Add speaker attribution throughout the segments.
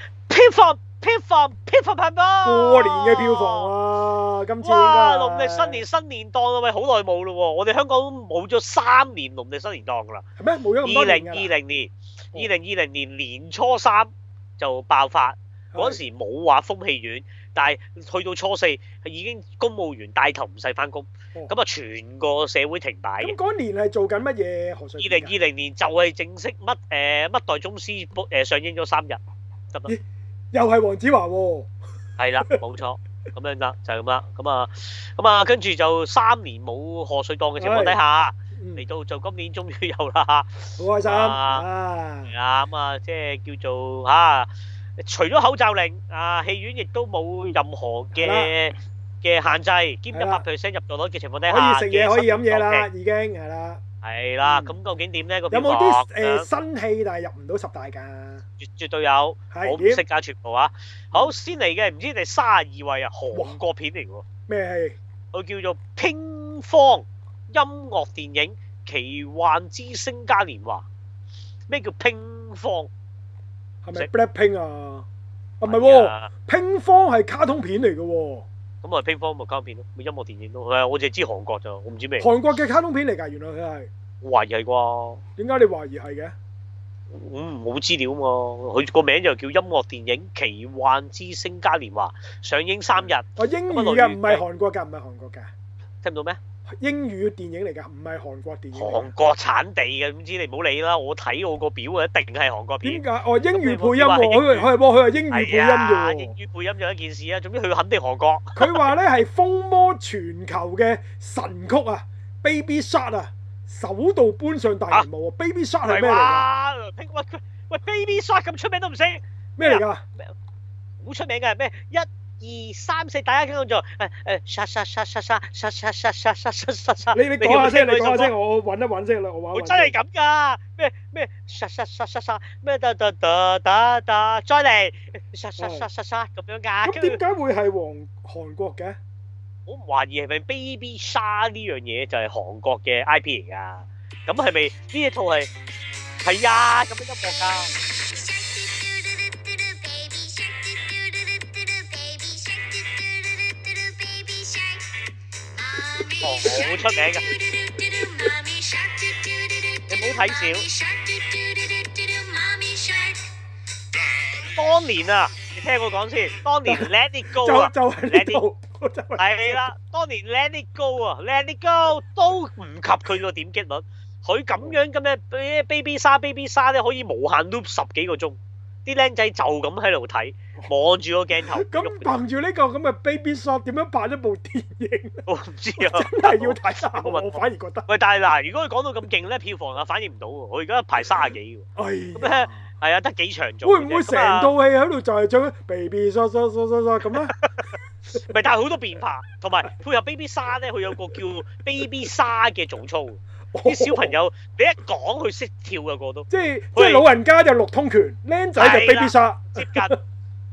Speaker 1: 房票房票房拍波，
Speaker 2: 過年嘅票房啊，今次應該
Speaker 1: 哇！
Speaker 2: 係
Speaker 1: 農曆新年新年檔啊，喂，好耐冇嘞喎！我哋香港冇咗三年農曆新年檔㗎啦。
Speaker 2: 係咩？冇咗咁多
Speaker 1: 二
Speaker 2: 年
Speaker 1: 零
Speaker 2: 㗎
Speaker 1: 二
Speaker 2: 啦
Speaker 1: 零年，
Speaker 2: 哦
Speaker 1: 二零二零年年初三就爆發，嗰陣
Speaker 2: 係
Speaker 1: 時冇話封戲院，但係去到初四已經公務員帶頭唔使翻工，
Speaker 2: 哦
Speaker 1: 咁啊全個社會停擺嘅
Speaker 2: 咁。啊嗰年係做緊乜嘢？何水？
Speaker 1: 二零二零年就係正式乜誒乜代宗師播誒上映咗三日，得唔得？
Speaker 2: 又係黃子華喎，
Speaker 1: 係 啦，冇錯，咁樣啦，就係咁啦，咁啊，咁啊，跟住就三年冇賀歲檔嘅情況底下，
Speaker 2: 嗯
Speaker 1: 嚟到就今年終於有啦，
Speaker 2: 好開心
Speaker 1: 啊
Speaker 2: 啊！
Speaker 1: 係啦，咁啊，即係叫做嚇、啊除咗口罩令，啊，戲院亦都冇任何嘅嘅限制，兼一
Speaker 2: 係
Speaker 1: 百
Speaker 2: 啦
Speaker 1: percent 入座率嘅情況
Speaker 2: 可
Speaker 1: 底下
Speaker 2: 以食嘢，可以飲嘢
Speaker 1: 嘅
Speaker 2: 啦，
Speaker 1: 新
Speaker 2: 已經係
Speaker 1: 檔
Speaker 2: 啦。
Speaker 1: 期，係啦，
Speaker 2: 嗯
Speaker 1: 咁究竟點咧？個
Speaker 2: 有
Speaker 1: 票
Speaker 2: 冇
Speaker 1: 房
Speaker 2: 啲
Speaker 1: 咁
Speaker 2: 誒新戲但係入唔到十大㗎？
Speaker 1: 絕絕對有。我
Speaker 2: 係
Speaker 1: 唔
Speaker 2: 點
Speaker 1: 識㗎，全部啊！好先嚟嘅，唔知你三十二位啊，韓國片嚟嘅喎，
Speaker 2: 咩戲？
Speaker 1: 佢叫做《乒乓音樂電影奇幻之星嘉年華》。咩叫乒乓？
Speaker 2: 係
Speaker 1: 識
Speaker 2: 咪 Blackpink 啊？啊唔係
Speaker 1: 係
Speaker 2: 喎，
Speaker 1: 啊，
Speaker 2: 乒乓係卡通片嚟嘅喎，
Speaker 1: 咁啊乒乓咪卡通片咯，咪音樂電影咯。係啊我淨係知韓國咋，我唔知咩。
Speaker 2: 韓國嘅卡通片嚟㗎，原來佢係。
Speaker 1: 我懷疑係啩，
Speaker 2: 點解你懷疑係嘅？啊
Speaker 1: 嗯冇資料嘛。佢個名就叫《音樂電影奇幻之星嘉年華》，上映三日，
Speaker 2: 哦，英
Speaker 1: 咁啊
Speaker 2: 語
Speaker 1: 內地
Speaker 2: 嘅唔係韓國㗎，唔係韓國㗎，
Speaker 1: 聽唔到咩？
Speaker 2: 英語電影嚟㗎，唔係韓國電影嚟
Speaker 1: 韓
Speaker 2: 㗎。
Speaker 1: 國產地嘅，總之你唔好理啦。我睇我個表啊，一定係韓國片
Speaker 2: 點。解？哦，英語配音
Speaker 1: 咁你冇
Speaker 2: 喎，佢
Speaker 1: 你
Speaker 2: 係喎，佢係英語配
Speaker 1: 係
Speaker 2: 音
Speaker 1: 啊，
Speaker 2: 嘅
Speaker 1: 英
Speaker 2: 喎。
Speaker 1: 語配音就一件事啊，總之佢肯定韓國，
Speaker 2: 佢話咧係風魔全球嘅神曲啊，Baby Shark 啊，首度搬上大屏幕啊，Baby Shark 係
Speaker 1: 係
Speaker 2: 咩嚟㗎？
Speaker 1: 哇！喂喂喂，Baby Shark 咁出名都唔識，好
Speaker 2: 咩嚟㗎？
Speaker 1: 出名嘅係咩？一、二、三、四，大家跟我做誒誒，殺殺殺殺殺殺殺殺殺殺殺殺殺，
Speaker 2: 你你講下先，你講下
Speaker 1: 先
Speaker 2: 先，。我揾一揾先啦，我揾
Speaker 1: 佢
Speaker 2: 一揾
Speaker 1: 真係
Speaker 2: 先。
Speaker 1: 咁㗎，咩咩殺殺殺殺殺咩得得得得得，再嚟殺殺殺殺殺咁樣㗎，
Speaker 2: 咁
Speaker 1: 跟
Speaker 2: 點
Speaker 1: 住
Speaker 2: 解會係黃韓國嘅？
Speaker 1: 我唔懷疑係咪 Baby Shark 呢樣嘢就係韓國嘅 IP 嚟㗎，咁係咪呢一套係係啊咁樣音樂㗎？
Speaker 3: 好出名㗎，你唔好睇少。
Speaker 1: 當年啊，你聽我講先，當 年 Let It
Speaker 2: 就
Speaker 1: Go 啊，
Speaker 2: 就係呢度，我就係
Speaker 1: 係啦，當年 Let It Go 啊，Let It Go 都唔及佢個點擊率，佢咁樣咁樣 Baby 沙 Baby 沙咧可以無限 loop 十幾個鐘，啲僆仔就咁喺度睇，望住個鏡頭，
Speaker 2: 咁
Speaker 1: 喐
Speaker 2: 憑住呢個咁嘅 Baby Shark 點樣拍一部電影？
Speaker 1: 我唔知
Speaker 2: 真
Speaker 1: 啊，
Speaker 2: 係要睇下，
Speaker 1: 我啊
Speaker 2: 我反而覺得，
Speaker 1: 喂，但係嗱，如果佢講到咁勁咧，票房啊反應唔到喎，我而家排三十幾喎，
Speaker 2: 哎
Speaker 1: 咁
Speaker 2: 呀
Speaker 1: 咧。係啊，得幾場做嘅啫。
Speaker 2: 會唔會成
Speaker 1: 咁啊
Speaker 2: 套戲喺度就係唱 Baby Shark Shark Shark Shark 咁咧？
Speaker 1: 咪但係好多變化，同 埋配合 Baby 沙咧，佢有個叫 Baby 沙嘅早操，
Speaker 2: 哦
Speaker 1: 啲小朋友你一講佢識跳嘅個都
Speaker 2: 即係即
Speaker 1: 喂
Speaker 2: 係老人家就六通拳，僆仔就
Speaker 1: 係啊啦
Speaker 2: Baby Shark。
Speaker 1: 接近，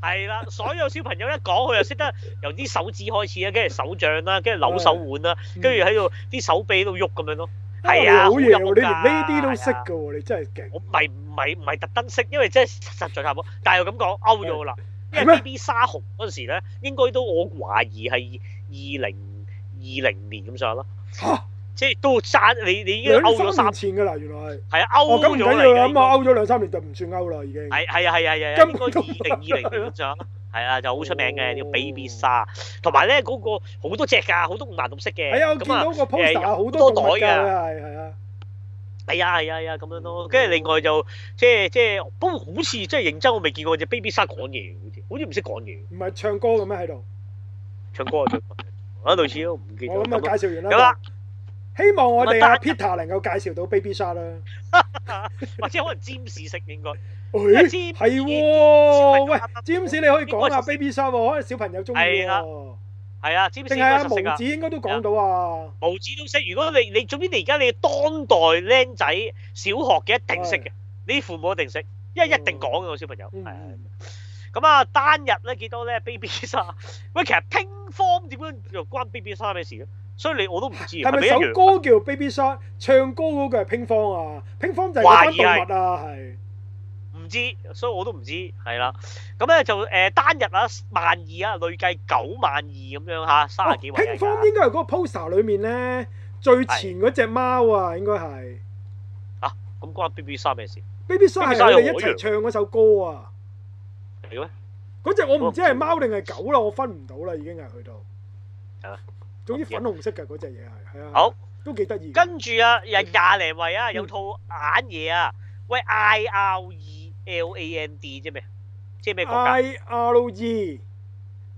Speaker 1: 係啦，所有小朋友一講佢又識得由啲手指開始啦，啊跟住手掌啦，跟住
Speaker 2: 嗯
Speaker 1: 扭手腕啦，跟住喺度啲手臂喺度喐咁樣咯，係啊，
Speaker 2: 哎好嘢
Speaker 1: 好有
Speaker 2: 喎！你連
Speaker 1: 㗎
Speaker 2: 呢啲都識
Speaker 1: 係啊
Speaker 2: 㗎喎，你真係勁。
Speaker 1: 我唔係唔係唔係特登識，因為真係實在太冇。但係又咁講勾咗啦，因為
Speaker 2: 係咩
Speaker 1: B B 沙紅嗰陣時咧，應該都我懷疑係二零二零年咁上下啦，
Speaker 2: 嚇，
Speaker 1: 即係都爭你你已經勾咗
Speaker 2: 兩三
Speaker 1: 三
Speaker 2: 年前㗎啦，原來係。
Speaker 1: 係啊
Speaker 2: 哦，
Speaker 1: 勾
Speaker 2: 咁唔
Speaker 1: 咗嚟
Speaker 2: 緊要啦，
Speaker 1: 嘅。
Speaker 2: 咁啊，勾咗兩三年就唔算勾啦，已經。
Speaker 1: 係係啊係啊係啊，
Speaker 2: 根
Speaker 1: 應
Speaker 2: 本
Speaker 1: 該
Speaker 2: 都
Speaker 1: 二零二零年咁上下。係啊，就好出名嘅呢個
Speaker 2: 哦
Speaker 1: Baby 沙，同埋咧嗰個好多隻㗎，好多五顏六色嘅。
Speaker 2: 係啊，我見
Speaker 1: 咁啊
Speaker 2: 到個 poster
Speaker 1: 有
Speaker 2: 好
Speaker 1: 多
Speaker 2: 多
Speaker 1: 袋
Speaker 2: 動物㗎，
Speaker 1: 㗎
Speaker 2: 係係啊，
Speaker 1: 係啊係啊係啊咁樣
Speaker 2: 嗯
Speaker 1: 咯，跟住另外就即係即係，不過好似即係認真，我未見過只 baby 沙講嘢，好似好似唔識講嘢，
Speaker 2: 唔係唱歌咁樣喺度。
Speaker 1: 唱歌啊唱歌啊類似咯，唔記得
Speaker 2: 我
Speaker 1: 咗。
Speaker 2: 咁啊，介紹完啦。
Speaker 1: 有啦，
Speaker 2: 希望我哋
Speaker 1: 咁啊
Speaker 2: 阿
Speaker 1: 單
Speaker 2: Peter 能夠介紹到 Baby Shark 啦。
Speaker 1: 或者可能占士式應該
Speaker 2: 誒，
Speaker 1: James-
Speaker 2: 係喎，喂
Speaker 1: 啱啱
Speaker 2: ，James 你可以講下
Speaker 1: 應該
Speaker 2: Baby Shark 喎，可能小朋友中意
Speaker 1: 係啦
Speaker 2: 喎。
Speaker 1: 係啊，占士
Speaker 2: 定
Speaker 1: 應
Speaker 2: 係
Speaker 1: 該
Speaker 2: 阿
Speaker 1: 實識
Speaker 2: 毛
Speaker 1: 啊，
Speaker 2: 子應該都講到啊。
Speaker 1: 毛子都識。如果你你總之你而家你當代僆仔小學嘅一定識嘅，你父母一定識，因為一定講嘅個小朋友
Speaker 2: 嗯
Speaker 1: 係啊。咁啊，單日咧幾多咧？Baby 沙喂，其實乒乓點樣又關 Baby 沙咩事咧？所以你我都唔知
Speaker 2: 係咪
Speaker 1: 一
Speaker 2: 首
Speaker 1: 樣
Speaker 2: 歌叫 Baby 啊 Shark？唱歌嗰個係乒乓啊，乒乓就係
Speaker 1: 懷
Speaker 2: 嗰
Speaker 1: 疑係
Speaker 2: 班動物啊，係。
Speaker 1: 唔唔知，所以我都唔知，係啦。咁咧就誒、呃單日啊萬二啊，累計九萬二咁樣嚇，三啊十幾位
Speaker 2: 哦，Pink Floyd 應該係嗰個 poster 裏面咧最前嗰只貓啊，應該係
Speaker 1: 咁關 B B 三咩事？
Speaker 2: Baby Shark 係
Speaker 1: Shark
Speaker 2: 佢哋一
Speaker 1: 係我
Speaker 2: 齊
Speaker 1: 羊
Speaker 2: 唱嗰首歌啊。
Speaker 1: 係咩？
Speaker 2: 嗰只我唔知係貓定係狗啦，我分唔到啦，已經係去到。
Speaker 1: 係啊
Speaker 2: 總之粉紅色嘅嗰只嘢係，係啊。
Speaker 1: 好，
Speaker 2: 都幾得意。
Speaker 1: 跟住啊，又廿零位
Speaker 2: 嗯
Speaker 1: 啊，有套眼嘢啊，喂 I R E L A N D 啫咩？即係咩國家？
Speaker 2: I R E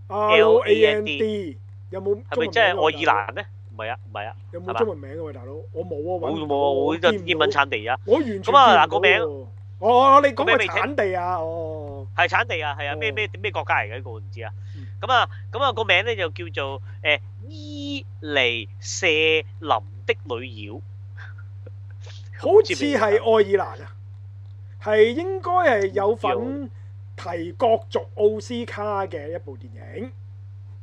Speaker 1: L
Speaker 2: R
Speaker 1: A
Speaker 2: A
Speaker 1: N À,
Speaker 2: N
Speaker 1: D
Speaker 2: D 有冇
Speaker 1: 係咪
Speaker 2: 中文名啊
Speaker 1: 即係愛
Speaker 2: 大佬
Speaker 1: 爾蘭咧？唔係啊，唔係啊，
Speaker 2: 有
Speaker 1: 係
Speaker 2: 冇
Speaker 1: 嘛
Speaker 2: 中文名嘅喂，大佬？我冇啊，
Speaker 1: 冇
Speaker 2: 揾唔
Speaker 1: 冇
Speaker 2: 到
Speaker 1: 我
Speaker 2: 我
Speaker 1: 呢個
Speaker 2: 見唔
Speaker 1: 英文
Speaker 2: 到
Speaker 1: 產地啊，
Speaker 2: 我完全
Speaker 1: 咁啊
Speaker 2: 見唔
Speaker 1: 嗱個名
Speaker 2: 到喎哦，你講
Speaker 1: 個
Speaker 2: 個
Speaker 1: 名未聽
Speaker 2: 產地啊，哦，
Speaker 1: 係產地啊，係啊，咩
Speaker 2: 哦
Speaker 1: 咩咩國家嚟嘅呢個我唔知啊
Speaker 2: 嗯。
Speaker 1: 咁啊咁啊個名咧就叫做誒伊尼舍林的女妖。
Speaker 2: 好似係愛爾蘭啊，係應該係有份提角逐奧斯卡嘅一部電影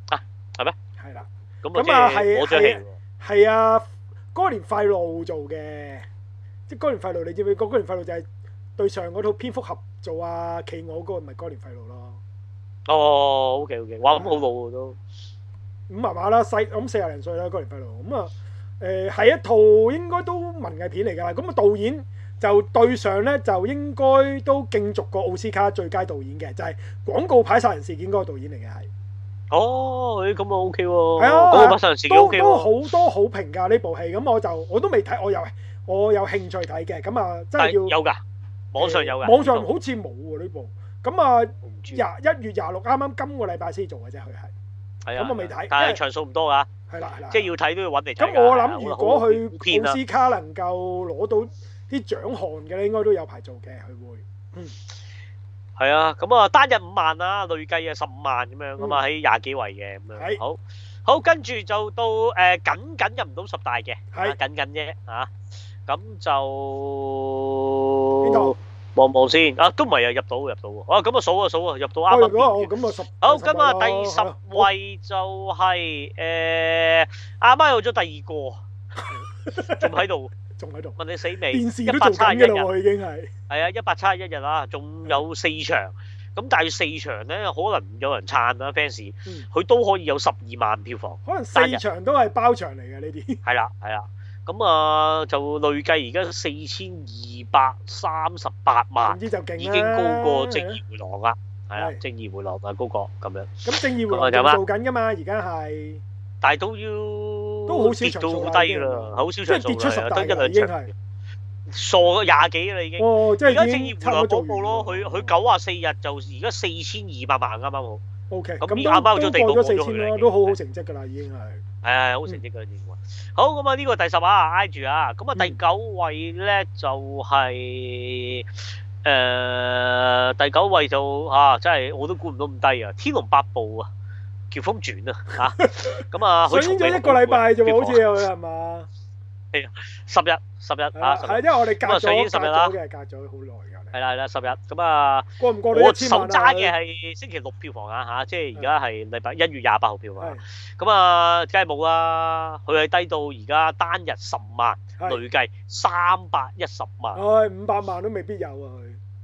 Speaker 1: 啊係咩？
Speaker 2: 係啦，
Speaker 1: 咁啊，即
Speaker 2: 咁啊
Speaker 1: 係
Speaker 2: 係
Speaker 1: 攞咗戲
Speaker 2: 係
Speaker 1: 喎。
Speaker 2: 係啊，哥連費路做嘅，即係哥連費路，你知唔知？哥連費路就係對上嗰套蝙蝠俠做啊企鵝嗰個，咪哥連費路咯。
Speaker 1: 哦，OK OK，哇，咁好老喎都。
Speaker 2: 五麻麻啦，細咁四廿零歲啦，哥連費路咁啊，誒、係一套應該都文藝片嚟㗎，咁啊導演就對上咧就應該都競逐過奧斯卡最佳導演嘅，就係、廣告牌殺人事件嗰個導演嚟嘅，係
Speaker 1: 哦，誒咁啊 OK 喎。
Speaker 2: 係啊
Speaker 1: 嗰個拍上時幾
Speaker 2: 都
Speaker 1: OK
Speaker 2: 都
Speaker 1: 喎。
Speaker 2: 好多好評價呢部戲，咁我就我都未睇，我有我有興趣睇嘅，咁啊真
Speaker 1: 但係
Speaker 2: 係要
Speaker 1: 有㗎，網上有㗎。
Speaker 2: 網上好似冇喎呢部，咁啊
Speaker 1: 我唔知
Speaker 2: 廿一月廿六啱啱今個禮拜先做嘅啫，佢係
Speaker 1: 係啊
Speaker 2: 咁我未睇
Speaker 1: 但
Speaker 2: 因為
Speaker 1: 係場數唔多㗎，
Speaker 2: 係啦係啦，
Speaker 1: 即係要睇都要揾嚟睇㗎。啊
Speaker 2: 咁我諗，
Speaker 1: 好
Speaker 2: 如
Speaker 1: 啦
Speaker 2: 果
Speaker 1: 好啊
Speaker 2: 佢
Speaker 1: 偏啦
Speaker 2: 奧斯卡能夠攞到啲獎項嘅咧，應該都有排做嘅，佢會。
Speaker 1: 係啊，咁啊單日五萬啦，累計啊十五萬咁樣咁啊，喺廿幾位嘅咁樣。
Speaker 2: 係
Speaker 1: 好，好跟住就到誒緊緊入唔到十大嘅，啊
Speaker 2: 係
Speaker 1: 緊緊啫嚇。咁就
Speaker 2: 邊度？
Speaker 1: 望望先啊，都唔係啊，入到入到喎。啊咁啊數啊數啊，入到啱
Speaker 2: 我
Speaker 1: 啱
Speaker 2: 如果
Speaker 1: 掂
Speaker 2: 我
Speaker 1: 住。
Speaker 2: 咁啊十哦
Speaker 1: 好，
Speaker 2: 十
Speaker 1: 咁啊
Speaker 2: 位咯
Speaker 1: 第十位就係誒阿媽有咗第 二個，仲喺度
Speaker 2: 好仲喺度，
Speaker 1: 問你死未？
Speaker 2: 電視
Speaker 1: 一
Speaker 2: 都
Speaker 1: 百
Speaker 2: 做
Speaker 1: 七十
Speaker 2: 緊
Speaker 1: 一
Speaker 2: 嘅
Speaker 1: 日
Speaker 2: 啦，。我已經係
Speaker 1: 係啊，一百七十一日啊，仲有四場，咁但係四場咧，可能有人撐啦 fans，
Speaker 2: 嗯
Speaker 1: 佢都可以有十二萬票房，
Speaker 2: 可能
Speaker 1: 單日
Speaker 2: 四場都係包場嚟嘅呢啲，
Speaker 1: 係啦係啦，咁啊就累計而家四千二百三十八
Speaker 2: 總
Speaker 1: 萬，
Speaker 2: 之就勁啦。
Speaker 1: 已經高過正
Speaker 2: 係啊
Speaker 1: 義回廊啦，係啦
Speaker 2: 係，
Speaker 1: 正義回廊啊高過咁樣，
Speaker 2: 咁正義
Speaker 1: 咁啊
Speaker 2: 回
Speaker 1: 就
Speaker 2: 廊
Speaker 1: 啦
Speaker 2: 仲做緊㗎嘛，而家係
Speaker 1: 但係都要
Speaker 2: 都好少
Speaker 1: 跌
Speaker 2: 場
Speaker 1: 到
Speaker 2: 數啦啊
Speaker 1: 好低
Speaker 2: 已經
Speaker 1: 㗎啦，好少
Speaker 2: 即
Speaker 1: 場
Speaker 2: 係
Speaker 1: 數
Speaker 2: 跌出十
Speaker 1: 啦，
Speaker 2: 大
Speaker 1: 得
Speaker 2: 㗎啦
Speaker 1: 一
Speaker 2: 已經
Speaker 1: 兩場
Speaker 2: 係。，
Speaker 1: 傻咗廿幾啦已經。
Speaker 2: 哦，即
Speaker 1: 而家
Speaker 2: 係已
Speaker 1: 正
Speaker 2: 經
Speaker 1: 義回
Speaker 2: 差唔
Speaker 1: 廊
Speaker 2: 多做
Speaker 1: 嗰個
Speaker 2: 完
Speaker 1: 咯，佢佢九啊四日就而家四千二百萬啱啱好。
Speaker 2: O K，
Speaker 1: 咁
Speaker 2: 咁
Speaker 1: 啱啱
Speaker 2: 都
Speaker 1: 做地
Speaker 2: 都
Speaker 1: 步
Speaker 2: 過
Speaker 1: 過
Speaker 2: 咗
Speaker 1: 咗
Speaker 2: 四
Speaker 1: 佢啦
Speaker 2: 千
Speaker 1: 已
Speaker 2: 啦，
Speaker 1: 經
Speaker 2: 都好好成績㗎啦，已經係。
Speaker 1: 係
Speaker 2: 嗯
Speaker 1: 好成績嘅呢個。好咁啊，呢個第十啊挨住啊，咁啊第
Speaker 2: 嗯
Speaker 1: 九位咧就係、誒、
Speaker 2: 嗯
Speaker 1: 第九位就啊，真係我都估唔到咁低啊！《天龍八部》啊，《喬峰傳》啊， 嚇咁啊，
Speaker 2: 上
Speaker 1: 佢
Speaker 2: 映
Speaker 1: 從未
Speaker 2: 咗一個禮拜啫
Speaker 1: 票房
Speaker 2: 喎，好似有係嘛？
Speaker 1: 十日，十日
Speaker 2: 係
Speaker 1: 啊，
Speaker 2: 啦，
Speaker 1: 十
Speaker 2: 係
Speaker 1: 日
Speaker 2: 因為我哋隔
Speaker 1: 咁啊上映
Speaker 2: 咗
Speaker 1: 十日
Speaker 2: 隔
Speaker 1: 啦
Speaker 2: 咗嘅，隔咗好耐㗎。
Speaker 1: 係啦係啦，十日咁啊，
Speaker 2: 過唔過到
Speaker 1: 我
Speaker 2: 一千萬
Speaker 1: 手揸
Speaker 2: 啊？嗯
Speaker 1: 嘅係星期六票房啊嚇，即係而家係禮拜一月廿八號票房啊。
Speaker 2: 係
Speaker 1: 咁啊，梗係冇啦，佢係低到而家單日十萬，
Speaker 2: 係，哦
Speaker 1: 累計三百一十萬，
Speaker 2: 唉，五百萬都未必有啊！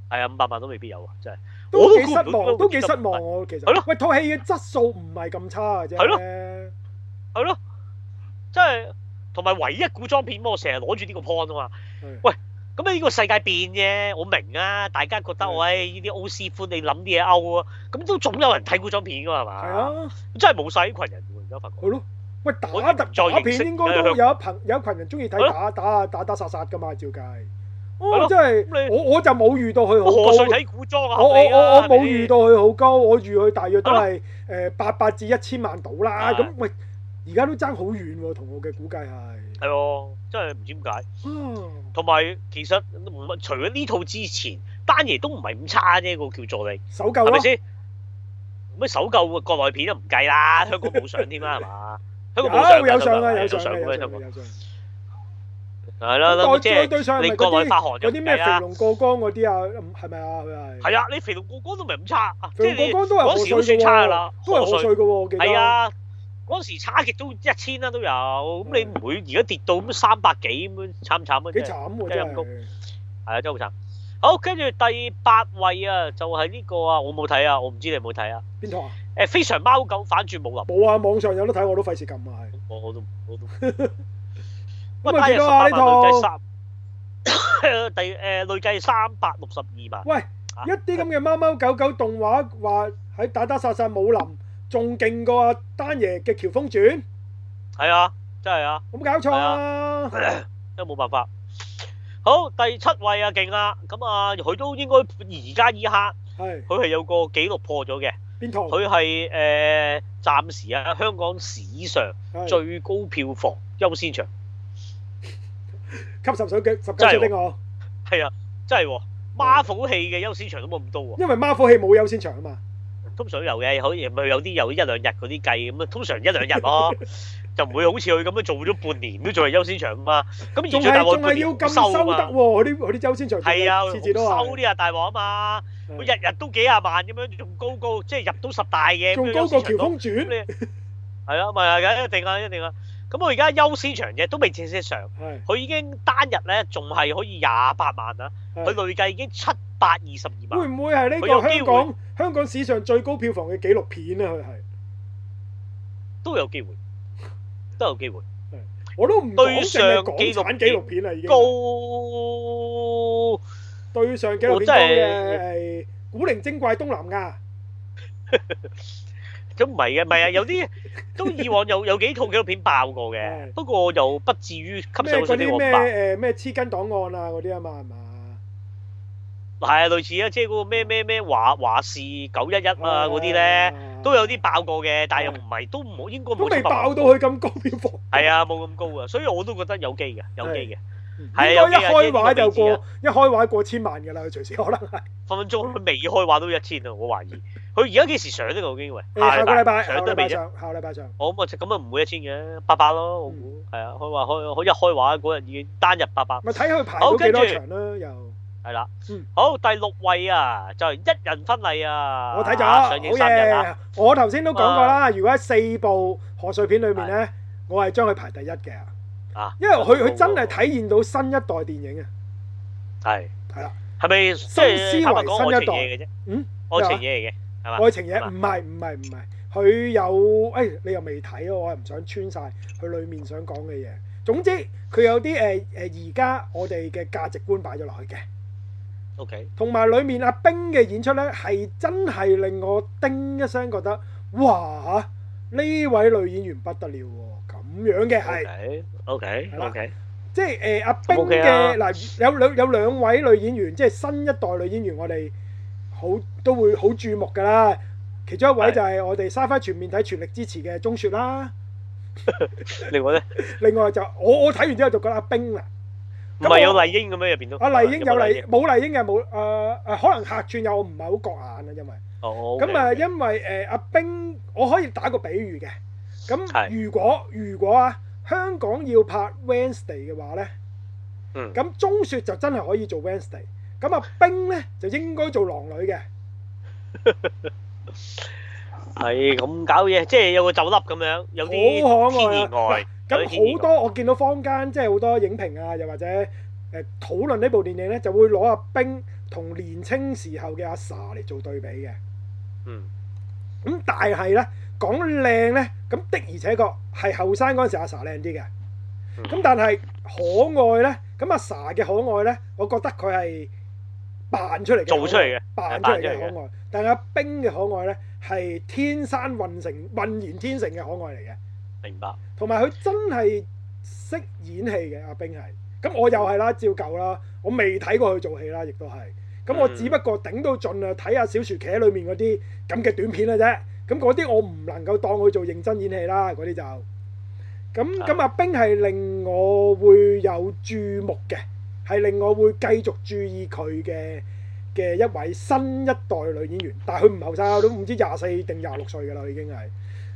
Speaker 2: 佢
Speaker 1: 係啊，五百萬都未必有啊，真係。我
Speaker 2: 都
Speaker 1: 都
Speaker 2: 幾
Speaker 1: 估唔
Speaker 2: 失
Speaker 1: 到
Speaker 2: 望，都幾失望我其實。
Speaker 1: 係咯
Speaker 2: 喂，套戲嘅質素唔係咁差嘅啫。
Speaker 1: 係咯
Speaker 2: 咯。
Speaker 1: 係咯，真係同埋唯一古裝片，我成日攞住呢個 point 啊嘛。咁啊呢個世界變啫，我明啊，大家覺得
Speaker 2: 嗯
Speaker 1: 喂呢啲歐師傅你諗啲嘢歐啊，咁都總有人睇古裝片噶嘛，係
Speaker 2: 係
Speaker 1: 嘛？
Speaker 2: 啊，
Speaker 1: 真係冇晒呢群人喎，而家發覺。
Speaker 2: 係咯。喂，
Speaker 1: 我
Speaker 2: 打特
Speaker 1: 再
Speaker 2: 打
Speaker 1: 認識
Speaker 2: 片應該都有一群有一群人中意
Speaker 1: 係
Speaker 2: 睇打打啊打打殺殺㗎嘛，照計。
Speaker 1: 係
Speaker 2: 哦
Speaker 1: 咯，
Speaker 2: 真
Speaker 1: 咁
Speaker 2: 係
Speaker 1: 你
Speaker 2: 我我就冇遇到佢
Speaker 1: 我
Speaker 2: 好
Speaker 1: 何須
Speaker 2: 高。
Speaker 1: 睇古裝啊？
Speaker 2: 我
Speaker 1: 合
Speaker 2: 我
Speaker 1: 理啊
Speaker 2: 我我
Speaker 1: 係咪
Speaker 2: 冇遇到佢好高，我預佢大約都係誒八百至一千萬到啦。
Speaker 1: 係
Speaker 2: 咁喂，而家都爭好遠喎，同我嘅估計係。
Speaker 1: 係喎，真係唔知點解。
Speaker 2: 嗯
Speaker 1: 同埋其實唔係除咗呢套之前，丹爺都唔係咁差啫，個叫助理
Speaker 2: 搜救
Speaker 1: 係
Speaker 2: 咯
Speaker 1: 咪。先？咩搜救嘅國內片都唔計 啦，香港冇上添啦，係嘛？香港冇上㗎
Speaker 2: 有有上
Speaker 1: 香
Speaker 2: 啊，
Speaker 1: 港
Speaker 2: 有上
Speaker 1: 上
Speaker 2: 啊，
Speaker 1: 嘅
Speaker 2: 有
Speaker 1: 香
Speaker 2: 上
Speaker 1: 港
Speaker 2: 啊有上啊。
Speaker 1: 係啦，咁啊即
Speaker 2: 再
Speaker 1: 係
Speaker 2: 對上係
Speaker 1: 你
Speaker 2: 咪
Speaker 1: 國
Speaker 2: 嗰
Speaker 1: 內發
Speaker 2: 啲
Speaker 1: 行就
Speaker 2: 嗰
Speaker 1: 唔
Speaker 2: 啲咩
Speaker 1: 計
Speaker 2: 肥
Speaker 1: 啦。
Speaker 2: 龍過江嗰啲啊？嗯係咪啊？佢係。
Speaker 1: 係啊，你肥龍過江都唔係咁差，即
Speaker 2: 肥龍
Speaker 1: 係你
Speaker 2: 過江都係
Speaker 1: 嗰時都
Speaker 2: 賀
Speaker 1: 算
Speaker 2: 歲嘅
Speaker 1: 差㗎
Speaker 2: 喎
Speaker 1: 啦，，
Speaker 2: 都係
Speaker 1: 賀
Speaker 2: 賀
Speaker 1: 歲
Speaker 2: 歲嘅喎，我記得。
Speaker 1: 係，啊，嗰時差極都一千啦都有，咁你唔會而家跌到咁三百幾咁樣慘唔慘啊？
Speaker 2: 幾
Speaker 1: 真係
Speaker 2: 慘喎
Speaker 1: 真係
Speaker 2: 真
Speaker 1: 陰公
Speaker 2: 係。
Speaker 1: 係啊，真係好慘。好，跟住第八位啊，就係呢個啊，我冇睇啊，我唔知你有冇睇啊。
Speaker 2: 邊套啊？
Speaker 1: 誒，非常貓狗反轉武林，
Speaker 2: 冇啊，網上有得睇我都費事撳啊，係。
Speaker 1: 我我都我都。
Speaker 2: 咁啊幾多啊呢套
Speaker 1: 累計三第誒累計三百六十二萬。
Speaker 2: 喂，一啲咁嘅貓貓狗狗動畫話喺打打殺殺武林，仲勁過阿丹爺嘅《喬峰傳》，
Speaker 1: 係啊，真係 啊，
Speaker 2: 有冇搞錯啊？
Speaker 1: À. 真係冇辦法。好，第七位啊，勁啦！咁啊，佢都應該而家依刻，
Speaker 2: 係
Speaker 1: 佢係有個紀錄破咗嘅。
Speaker 2: 邊套？
Speaker 1: 佢係誒暫時啊，香港史上
Speaker 2: 係
Speaker 1: 最高票房優先場。
Speaker 2: 吸十手腳十九歲的我，
Speaker 1: 係啊，真係喎、Marvel 戲嘅優先場都冇咁多喎、
Speaker 2: 因為 Marvel 戲冇優先場啊嘛。
Speaker 1: 通常都有嘅，好似咪有啲有一兩日嗰啲計咁啊，通常一兩日 咯，就唔會好似佢咁樣做咗半年都仲係優先場啊嘛。咁而
Speaker 2: 仲
Speaker 1: 最大
Speaker 2: 係
Speaker 1: 鑊
Speaker 2: 仲
Speaker 1: 半
Speaker 2: 係
Speaker 1: 年
Speaker 2: 要咁
Speaker 1: 好
Speaker 2: 收
Speaker 1: 收
Speaker 2: 得
Speaker 1: 啊嘛，
Speaker 2: 喎，佢啲佢啲優先場
Speaker 1: 係啊，
Speaker 2: 次次都
Speaker 1: 好收
Speaker 2: 係，
Speaker 1: 啲啊大鑊啊嘛，佢
Speaker 2: 係
Speaker 1: 日日都幾廿萬咁樣，仲高高即係入到十大嘅，
Speaker 2: 仲高過《
Speaker 1: 喬
Speaker 2: 喬峰傳》。
Speaker 1: 咁你係啦，咪係嘅，一定啊，一定啊。咁我而家優先場啫，都未正式上，
Speaker 2: 係
Speaker 1: 佢已經單日咧仲係可以廿八萬啦，佢
Speaker 2: 係
Speaker 1: 累計已經七百二十二
Speaker 2: 會
Speaker 1: 萬。
Speaker 2: 唔會係呢
Speaker 1: 佢有
Speaker 2: 個
Speaker 1: 機
Speaker 2: 香
Speaker 1: 會
Speaker 2: 港香港史上最高票房嘅紀錄片啊？佢係
Speaker 1: 都有機會，都有機會。
Speaker 2: 我都唔
Speaker 1: 對
Speaker 2: 講淨係
Speaker 1: 上
Speaker 2: 港
Speaker 1: 紀錄
Speaker 2: 產紀錄片啦，已經
Speaker 1: 高
Speaker 2: 係對上紀錄片
Speaker 1: 我真係
Speaker 2: 講嘅係古靈精怪東南
Speaker 1: 咁唔係嘅，唔 係啊，有啲都以往有有幾套紀錄片爆過嘅，
Speaker 2: 係
Speaker 1: 不過又不至於吸
Speaker 2: 亞
Speaker 1: 收
Speaker 2: 嗯咩
Speaker 1: 水
Speaker 2: 嗰
Speaker 1: 啲
Speaker 2: 啲
Speaker 1: 我
Speaker 2: 咩
Speaker 1: 爆。
Speaker 2: 誒咩黐筋檔案啊嗰啲啊嘛係嘛？
Speaker 1: 係啊，類似啊，即係嗰個咩咩咩華華視九一一啊嗰啲咧，
Speaker 2: 啊
Speaker 1: 都有啲爆過嘅，但係又
Speaker 2: 係
Speaker 1: 唔係都唔好，應該
Speaker 2: 都
Speaker 1: 冇
Speaker 2: 未
Speaker 1: 七百萬
Speaker 2: 爆到。佢咁高票房。
Speaker 1: 係啊，冇咁高啊，所以我都覺得有機嘅，有機嘅，
Speaker 2: 應
Speaker 1: 係啊
Speaker 2: 該一
Speaker 1: 有機啊
Speaker 2: 開畫就
Speaker 1: 呢
Speaker 2: 過，一開畫過千萬㗎啦，佢隨時可能係。
Speaker 1: 分分鐘佢未開畫都一千啊，我懷疑。佢而家幾時上呢究竟喂？
Speaker 2: 誒下個禮拜，下
Speaker 1: 上
Speaker 2: 個
Speaker 1: 得
Speaker 2: 禮
Speaker 1: 未
Speaker 2: 拜
Speaker 1: 啫？
Speaker 2: 上，下個禮拜上。
Speaker 1: 我咁啊，咁啊唔會一千嘅，八百咯，我估係啊。開話開，開一開畫嗰日已經單日八百，
Speaker 2: 咪睇佢排
Speaker 1: 好
Speaker 2: 到幾
Speaker 1: 跟
Speaker 2: 多
Speaker 1: 住
Speaker 2: 場啦，又
Speaker 1: 係啦
Speaker 2: 嗯。
Speaker 1: 好，第六位啊，就係一人婚禮啊，
Speaker 2: 我睇咗，好
Speaker 1: 上映三日啊，
Speaker 2: 嘢！我頭先都講過啦，如果喺四部賀歲片裏面咧，我係將佢排第一嘅，
Speaker 1: 啊，
Speaker 2: 因為佢佢真係體現到新一代電影啊，
Speaker 1: 係
Speaker 2: 係啦，
Speaker 1: 係咪即
Speaker 2: 新
Speaker 1: 係
Speaker 2: 思維
Speaker 1: 坦白講愛
Speaker 2: 新一
Speaker 1: 情
Speaker 2: 代
Speaker 1: 嘢嘅啫？
Speaker 2: 嗯，
Speaker 1: 愛情嘢嚟嘅係嘛？
Speaker 2: 愛情嘢
Speaker 1: 係嘛
Speaker 2: 唔係唔係唔係，佢有誒你又未睇啊，我又唔想穿晒佢裡面想講嘅嘢。總之佢有啲誒誒而家我哋嘅價值觀擺咗落去嘅。
Speaker 1: O K，
Speaker 2: 同埋裡面阿冰嘅演出呢，係真係令我叮一聲覺得，哇！呢位女演員不得了喎，咁樣嘅係，
Speaker 1: O K
Speaker 2: 係啦
Speaker 1: O K，
Speaker 2: 即係誒、阿冰
Speaker 1: 咁 OK 啊
Speaker 2: 嘅嗱有兩有兩位女演員，即係新一代女演員，我哋好都會好注目㗎啦。其中一位
Speaker 1: 係
Speaker 2: 就係我哋沙花全面睇全力支持嘅鐘雪啦，
Speaker 1: 另外咧
Speaker 2: 另外就我我睇完之後就覺得阿冰啦，
Speaker 1: 唔
Speaker 2: 咁我
Speaker 1: 係有麗英咁樣入邊都啊
Speaker 2: 阿麗英有
Speaker 1: 冇
Speaker 2: 麗冇麗英嘅冇誒誒，呃可能客串有我唔係好覺眼啊，因為。
Speaker 1: 哦
Speaker 2: 咁啊，
Speaker 1: 一
Speaker 2: 因為誒阿冰，我可以打個比喻嘅。
Speaker 1: 係
Speaker 2: 咁如果如果啊，香港要拍 Wednesday 嘅話咧，
Speaker 1: 嗯
Speaker 2: 咁中雪就真係可以做 Wednesday。咁阿冰咧就應該做狼女嘅，
Speaker 1: 係咁搞嘢，即係有個酒粒咁樣，有
Speaker 2: 好
Speaker 1: 啲
Speaker 2: 可愛啊
Speaker 1: 天然外，有啲天然
Speaker 2: 咁好
Speaker 1: 外
Speaker 2: 多我見到坊間即係好多影評啊，又或者誒討論呢部電影咧，就會攞阿冰同年青時候嘅阿 sa 嚟做對比嘅。
Speaker 1: 嗯
Speaker 2: 咁但係咧講靚咧，咁的而且確係後生嗰陣時阿 sa 靚啲嘅。
Speaker 1: 嗯
Speaker 2: 咁但係可愛咧，咁阿 sa 嘅可愛咧，我覺得佢係扮出嚟嘅可愛，
Speaker 1: 做出嚟嘅
Speaker 2: 扮出嚟嘅可愛。但係阿冰嘅可愛咧，係天生混成渾然天成嘅可愛嚟嘅，
Speaker 1: 明白。
Speaker 2: 同埋佢真係識演戲嘅阿冰係。咁我又係啦，照舊啦，我未睇過佢做戲啦，亦都係。咁我
Speaker 1: 嗯
Speaker 2: 只不過頂到盡啊，睇下小薯茄裏面嗰啲咁嘅短片嘅啫。咁嗰啲我唔能夠當佢做認真演戲啦，嗰啲就咁
Speaker 1: 啊
Speaker 2: 咁阿冰係令我會有注目嘅，係令我會繼續注意佢嘅嘅一位新一代女演員，但係佢唔後生啊，都唔知廿四定廿六歲㗎啦，佢已經係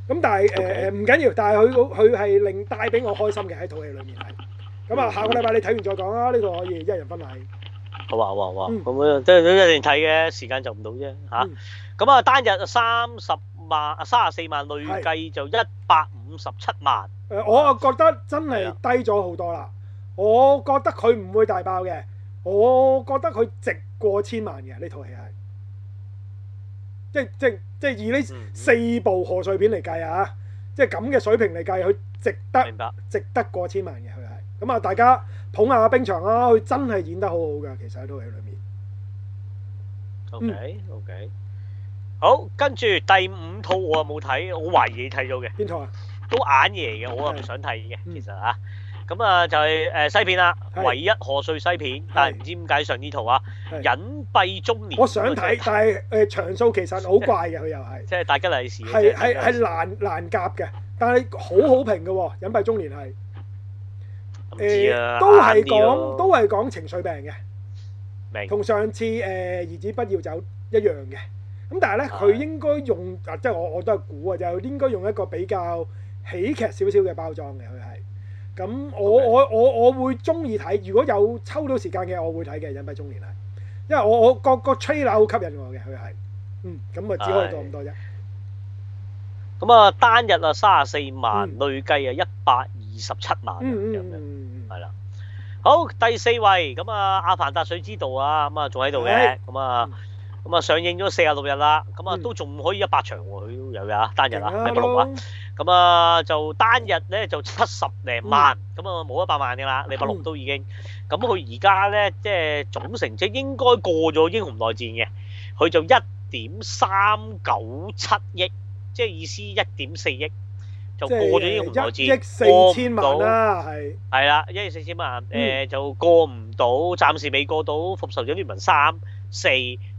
Speaker 2: 咁，但係誒
Speaker 1: OK
Speaker 2: 誒唔緊要，但係佢佢係令帶俾我開心嘅喺套戲裏面係。咁啊，下個禮拜你睇完再講啦，呢個可以一人分禮。
Speaker 1: 好啊，好啊，好啊，
Speaker 2: 嗯
Speaker 1: 咁樣即係都一定睇嘅，時間就唔到啫嚇
Speaker 2: 嗯。
Speaker 1: 咁啊，單日三十萬、啊三十四萬，累計就一百五十七萬。
Speaker 2: 誒、我啊覺得真
Speaker 1: 係
Speaker 2: 係
Speaker 1: 啊
Speaker 2: 低咗好多啦。我覺得佢唔會大爆嘅，我覺得佢值過千萬嘅呢套戲係，即即即以呢
Speaker 1: 嗯
Speaker 2: 四部賀歲片嚟計啊，即係咁嘅水平嚟計，佢值得
Speaker 1: 明白。
Speaker 2: 值得過千萬嘅佢係。咁啊，大家捧下冰場啦，佢真係演得好好㗎，其實喺套戲裏面。嗯
Speaker 1: OK OK。好，跟住第五套我又冇睇，我懷疑你睇咗嘅，
Speaker 2: 邊套啊？
Speaker 1: 都眼嘢嘅，我又唔想睇嘅，
Speaker 2: 嗯
Speaker 1: 其實啊。咁啊，就係誒西片啦，
Speaker 2: 係
Speaker 1: 唯一賀歲西片，但係唔知點解上呢套啊，
Speaker 2: 係
Speaker 1: 隱蔽中年。
Speaker 2: 我想睇，
Speaker 1: 即
Speaker 2: 但係誒、場數其實好怪嘅，佢又係。
Speaker 1: 係大吉利是嘅。
Speaker 2: 係
Speaker 1: 即係大吉利
Speaker 2: 係
Speaker 1: 是
Speaker 2: 係難難夾嘅，但係好好評嘅喎，隱蔽中年係
Speaker 1: 唔知
Speaker 2: 誒、
Speaker 1: 啊，
Speaker 2: 都係
Speaker 1: 晏啲咯
Speaker 2: 講都係講情緒病嘅，
Speaker 1: 明
Speaker 2: 同上次誒、兒子不要走一樣嘅。咁但係咧，
Speaker 1: 係
Speaker 2: 佢應該用啊，即係我我都係估啊，就應該用一個比較喜劇少少嘅包裝嘅，佢係。咁我
Speaker 1: OK
Speaker 2: 我我我會中意睇，如果有抽到時間嘅，我會睇嘅隱蔽中年係，因為我我個個 trailer 好吸引我嘅，佢係。嗯，咁啊只可以講咁多啫。
Speaker 1: 咁啊，單日啊三十四萬，
Speaker 2: 嗯
Speaker 1: 累計啊一百二十七萬啊
Speaker 2: 嗯嗯
Speaker 1: 咁
Speaker 2: 嗯
Speaker 1: 樣，
Speaker 2: 嗯嗯
Speaker 1: 係啦。好，第四位咁啊，《阿凡達水之道》啊，咁啊仲喺度嘅
Speaker 2: 係，
Speaker 1: 咁啊
Speaker 2: 嗯
Speaker 1: 咁啊上映咗四十六日啦，咁啊
Speaker 2: 嗯
Speaker 1: 都仲可以一百場喎，佢都有㗎，單日啊，
Speaker 2: 勁
Speaker 1: 禮拜六啊，
Speaker 2: 咯
Speaker 1: 咁啊就單日咧就七十零萬，咁啊冇一百萬㗎啦，禮拜六
Speaker 2: 嗯
Speaker 1: 都已經，咁佢而家咧即係總成績應該過咗《英雄內戰》嘅，佢就一點三九七億，即係意思一點四億就過咗《英雄內戰》，
Speaker 2: 即係誒一億四千萬啦，係
Speaker 1: 係啦，一億四千萬，誒、
Speaker 2: 嗯
Speaker 1: 就過唔到，暫時未過到《復仇者聯盟三》四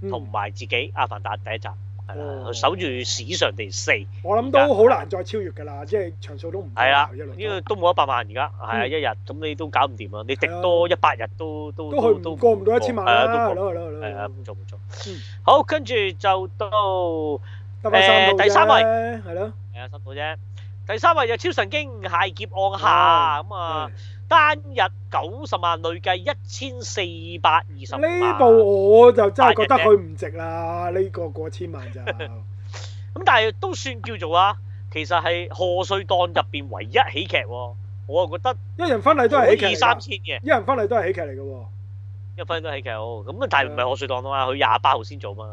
Speaker 2: 嗯
Speaker 1: 同埋自己《阿凡達》第一集，係啦，
Speaker 2: 哦
Speaker 1: 佢守住史上第四，係
Speaker 2: 我諗都好難再超越㗎啦，即係場數都唔夠啊
Speaker 1: 啦，
Speaker 2: 一路
Speaker 1: 呢個
Speaker 2: 都
Speaker 1: 都冇一百萬而家，係啊，
Speaker 2: 嗯
Speaker 1: 一日咁你都搞唔掂啊，你滴多一百日都都
Speaker 2: 都去唔過唔到一千萬
Speaker 1: 係
Speaker 2: 啦，
Speaker 1: 啊
Speaker 2: 係
Speaker 1: 都過
Speaker 2: 咯係咯係
Speaker 1: 係啊，
Speaker 2: 咯
Speaker 1: 冇錯冇錯
Speaker 2: 嗯。
Speaker 1: 好，跟住就到誒
Speaker 2: 得翻三套
Speaker 1: 誒第三位
Speaker 2: 啫，係咯，
Speaker 1: 啊辛苦啫，第三位就超神經械劫案下
Speaker 2: 哇
Speaker 1: 咁啊。單日九十萬累計一千四百二十萬。
Speaker 2: 呢部我就真係覺得佢唔值啦，呢個過千萬 就
Speaker 1: 咁，但係都算叫做啊，其實係賀歲檔入邊唯一喜劇喎。我啊又覺得
Speaker 2: 一人婚禮都係喜劇
Speaker 1: 二
Speaker 2: 嚟
Speaker 1: 三
Speaker 2: 㗎，
Speaker 1: 千嘅，
Speaker 2: 一人婚禮都係喜劇嚟嘅喎，
Speaker 1: 一分都喜劇好。咁但係唔係賀歲檔啊嘛，佢廿八號先做嘛，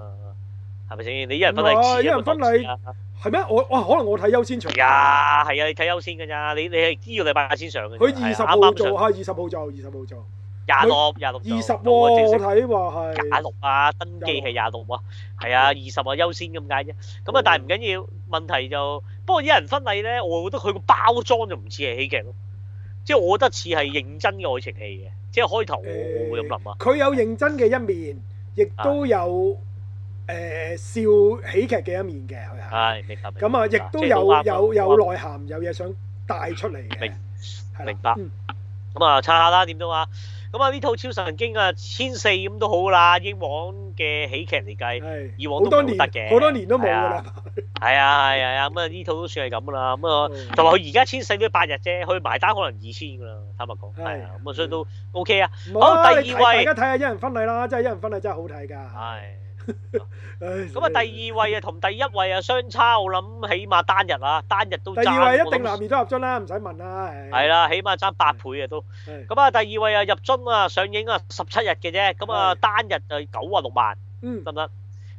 Speaker 1: 係咪先？你一人婚禮
Speaker 2: 唔係
Speaker 1: 遲
Speaker 2: 一人婚禮係咩？我我可能我睇優先場，
Speaker 1: 啊係啊，係啊，你睇優先㗎咋？你你係呢個禮拜先上嘅啫。
Speaker 2: 佢二十
Speaker 1: 係啊啱
Speaker 2: 號
Speaker 1: 啱上
Speaker 2: 做嚇，二十號做，二十號做，
Speaker 1: 廿六廿六
Speaker 2: 二十
Speaker 1: 做
Speaker 2: 喎，
Speaker 1: 咁啊
Speaker 2: 我
Speaker 1: 正式
Speaker 2: 睇話係
Speaker 1: 廿六啊，登記係廿六啊，係啊，二十啊優先咁解啫。咁啊，但係唔緊要，問題就不過一人婚禮咧，我覺得佢個包裝就唔似係喜劇咯，即係我覺得似係認真嘅愛情戲嘅，即係開頭我我會咁諗啊，
Speaker 2: 佢有認真嘅一面，亦都有誒、呃笑喜劇嘅一面嘅，佢係。
Speaker 1: 係明白。明白
Speaker 2: 咁啊，亦都
Speaker 1: 即係
Speaker 2: 有
Speaker 1: 啱啊
Speaker 2: 有有
Speaker 1: 啱啊
Speaker 2: 內涵，有嘢想帶出嚟嘅
Speaker 1: 明。
Speaker 2: 係啦
Speaker 1: 明白
Speaker 2: 嗯
Speaker 1: 咁啊，刷下啦，點都啊。咁啊，呢套超神經啊，千四咁都好啦，英皇嘅喜劇嚟計。
Speaker 2: 係。啊
Speaker 1: 以往
Speaker 2: 好
Speaker 1: 都
Speaker 2: 多
Speaker 1: 冇得
Speaker 2: 年
Speaker 1: 嘅，
Speaker 2: 好多年都冇
Speaker 1: 係
Speaker 2: 㗎
Speaker 1: 啊
Speaker 2: 啦。
Speaker 1: 係啊係啊係啊，咁啊呢套都算係咁啦，咁啊
Speaker 2: 嗯
Speaker 1: 同埋佢而家千四都八日啫，佢埋單可能二千噶啦，坦白講係啊，
Speaker 2: 係
Speaker 1: 咁啊所以都 OK 啊，
Speaker 2: 唔好啦
Speaker 1: 好
Speaker 2: 你
Speaker 1: 第二
Speaker 2: 睇
Speaker 1: 位
Speaker 2: 大家睇下一人婚禮啦，真係一人婚禮真係好睇㗎。
Speaker 1: 係。
Speaker 2: 唉
Speaker 1: 咁啊第二位啊同第一位啊相差，我諗起碼單日啊，單日都爭
Speaker 2: 第二位
Speaker 1: 我
Speaker 2: 一
Speaker 1: 諗
Speaker 2: 定男兒當入樽啦，唔使問啦。係
Speaker 1: 係。啦，起碼爭八倍啊都。
Speaker 2: 係
Speaker 1: 咁啊第二位啊入樽啊上映啊十七日嘅啫，咁啊
Speaker 2: 係
Speaker 1: 單日就九啊六萬
Speaker 2: 嗯，
Speaker 1: 得唔得？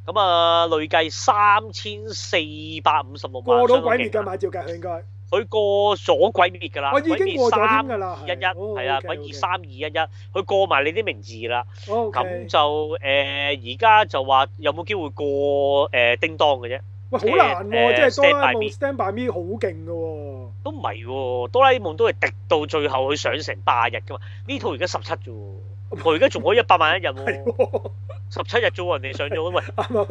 Speaker 1: 咁啊累計三千四百五十六萬，
Speaker 2: 過到
Speaker 1: 相當
Speaker 2: 鬼
Speaker 1: 勁
Speaker 2: 滅㗎
Speaker 1: 啊
Speaker 2: 買照計佢應該。哦
Speaker 1: 佢過咗啊鬼滅㗎啦，
Speaker 2: 我已經過咗添㗎啦。哦
Speaker 1: 一一係啦，鬼二三二一一，佢過埋你啲名字啦。
Speaker 2: O
Speaker 1: 咁
Speaker 2: K。
Speaker 1: 就誒而家就話有冇機會過誒叮當嘅啫？
Speaker 2: 喂，好難喎，
Speaker 1: 誒
Speaker 2: 即係哆啦
Speaker 1: Stand
Speaker 2: A
Speaker 1: by Me
Speaker 2: 夢 Stand by Me 好勁嘅喎，
Speaker 1: 都唔係喎，哆啦 A 夢都係滴到最後佢上成八日㗎嘛。呢套而家十七啫 喎，佢而家仲可以一百萬一日
Speaker 2: 係
Speaker 1: 喎，
Speaker 2: 喎，
Speaker 1: 十七日啫喎，人哋上咗喂，
Speaker 2: 啱啊，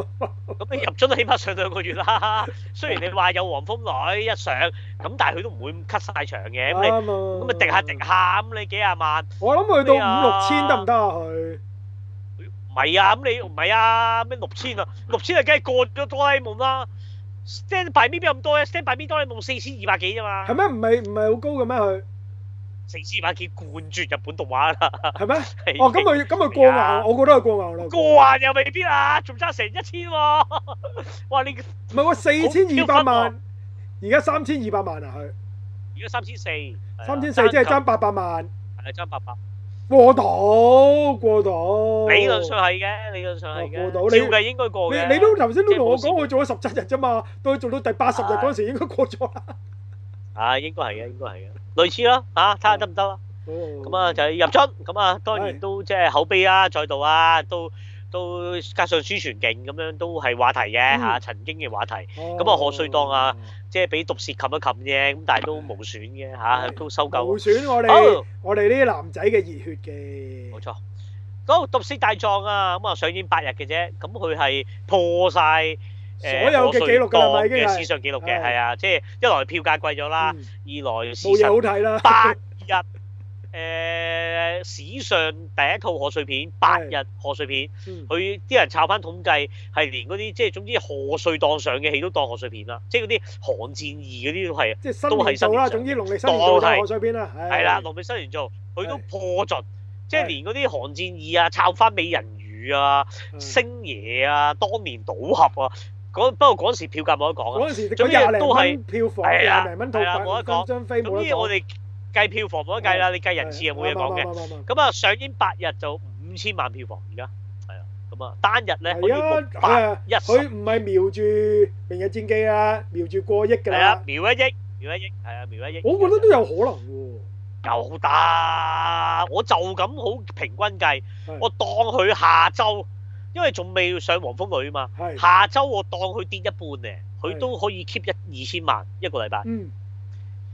Speaker 1: 咁你入樽起碼上兩個月啦。 雖然你話有黃蜂女一上，咁但係佢都唔會 cut 晒場嘅。咁你
Speaker 2: 啱啊，
Speaker 1: 咁啊滴下滴，下，咁你幾廿萬？
Speaker 2: 我諗去到
Speaker 1: 咩啊
Speaker 2: 五六千得唔得啊？佢
Speaker 1: 唔係啊，咁你唔係啊，咩六千啊，六千啊，梗係過咗哆啦 A 夢啦。Stand by me 邊有咁多啊 Stand by me 哆啦 A 夢四千二百幾啫嘛
Speaker 2: 係，咩？唔係唔係好高嘅咩？佢
Speaker 1: 四千二百幾冠絕日本動畫啦。
Speaker 2: 係咩？
Speaker 1: 係
Speaker 2: 哦，咁佢咁佢過
Speaker 1: 係啊
Speaker 2: 硬，我覺得佢過硬咯。
Speaker 1: 過還又未必啊，仲差成一千喎。 哇！你
Speaker 2: 唔係喎，四千二百
Speaker 1: 好超啊
Speaker 2: 萬，而家三千二百萬啊！佢
Speaker 1: 而家三千四，係啊
Speaker 2: 三千四即係爭八百萬，
Speaker 1: 係啊爭八百。
Speaker 2: 過到過到，
Speaker 1: 理論上係嘅，理論上係嘅，
Speaker 2: 我
Speaker 1: 照
Speaker 2: 過到你
Speaker 1: 計應該過嘅。
Speaker 2: 你你都頭先都同我
Speaker 1: 即係
Speaker 2: 講，
Speaker 1: 冇
Speaker 2: 我做咗十七日啫嘛，到佢做到第八十日嗰陣時應該過 咗啦。
Speaker 1: 啊，應該係嘅，應該係嘅，類似啦嚇，睇下得唔得啦。咁
Speaker 2: 咁
Speaker 1: 啊就係入樽，咁啊當然
Speaker 2: 係
Speaker 1: 都即係口碑啊，再度啊，都都加上宣傳勁咁樣，都係話題嘅
Speaker 2: 嗯
Speaker 1: 嚇，曾經嘅話題，
Speaker 2: 咁
Speaker 1: 啊賀歲檔啊，即係俾毒舌冚一冚啫，咁但係都冇損嘅嚇，
Speaker 2: 係
Speaker 1: 都收夠
Speaker 2: 就。選我哋
Speaker 1: 好，
Speaker 2: 我哋呢啲男仔嘅熱血嘅，
Speaker 1: 冇錯。好，毒舌大狀啊，咁啊上演八日嘅啫，咁佢係破晒 à,
Speaker 2: 所有嘅記錄㗎啦咪已經係
Speaker 1: 嘅啊史上記錄嘅，
Speaker 2: 係
Speaker 1: 係啊，即係一來票價貴咗啦，
Speaker 2: 嗯
Speaker 1: 二來事
Speaker 2: 冇嘢
Speaker 1: 實
Speaker 2: 好 睇啦。
Speaker 1: 八日誒、史上第一套賀歲片，八日賀歲片，
Speaker 2: 嗯
Speaker 1: 佢啲人抄翻統計係連嗰啲即係總之賀歲檔上嘅戲都當賀歲片啦，即係嗰啲《寒戰二》嗰啲都係
Speaker 2: 即係新
Speaker 1: 都係
Speaker 2: 年
Speaker 1: 新
Speaker 2: 做啦，
Speaker 1: 年
Speaker 2: 總之農曆新年做就
Speaker 1: 當係
Speaker 2: 賀歲片啦，
Speaker 1: 係啦，羅美新年做佢都
Speaker 2: 係
Speaker 1: 破盡，即係
Speaker 2: 係
Speaker 1: 連嗰啲《寒戰二》啊，抄翻美人魚啊、
Speaker 2: 嗯
Speaker 1: 星爺啊、當年賭俠啊，嗰不過嗰時票價冇得講啊。
Speaker 2: 嗰陣時
Speaker 1: 總
Speaker 2: 嗰
Speaker 1: 之
Speaker 2: 廿零
Speaker 1: 都係
Speaker 2: 蚊票房，
Speaker 1: 係啦
Speaker 2: 廿零蚊套
Speaker 1: 係啦冇得講
Speaker 2: 飯張飛冇
Speaker 1: 總
Speaker 2: 得
Speaker 1: 之我
Speaker 2: 講。
Speaker 1: 哋計票房冇得計啦，你計人次又冇嘢講嘅。
Speaker 2: 嘅。
Speaker 1: 咁啊，上映八日就五千萬票房而家，係啊，咁啊單日咧可以
Speaker 2: 係啊
Speaker 1: 報，
Speaker 2: 係
Speaker 1: 八
Speaker 2: 啊
Speaker 1: 一十，
Speaker 2: 佢唔係瞄住《明日戰記》啊，瞄住過億㗎
Speaker 1: 係啊
Speaker 2: 啦，。
Speaker 1: 瞄一億，瞄一億，係啊，瞄一億。
Speaker 2: 我覺得都有可能喎。
Speaker 1: 有得，我就咁好平均計
Speaker 2: 係，
Speaker 1: 我當佢下週，因為仲未上黃蜂女啊嘛，
Speaker 2: 係，
Speaker 1: 下週我當佢跌一半咧，佢
Speaker 2: 係
Speaker 1: 都可以 keep 一二千萬一個禮拜。
Speaker 2: 嗯，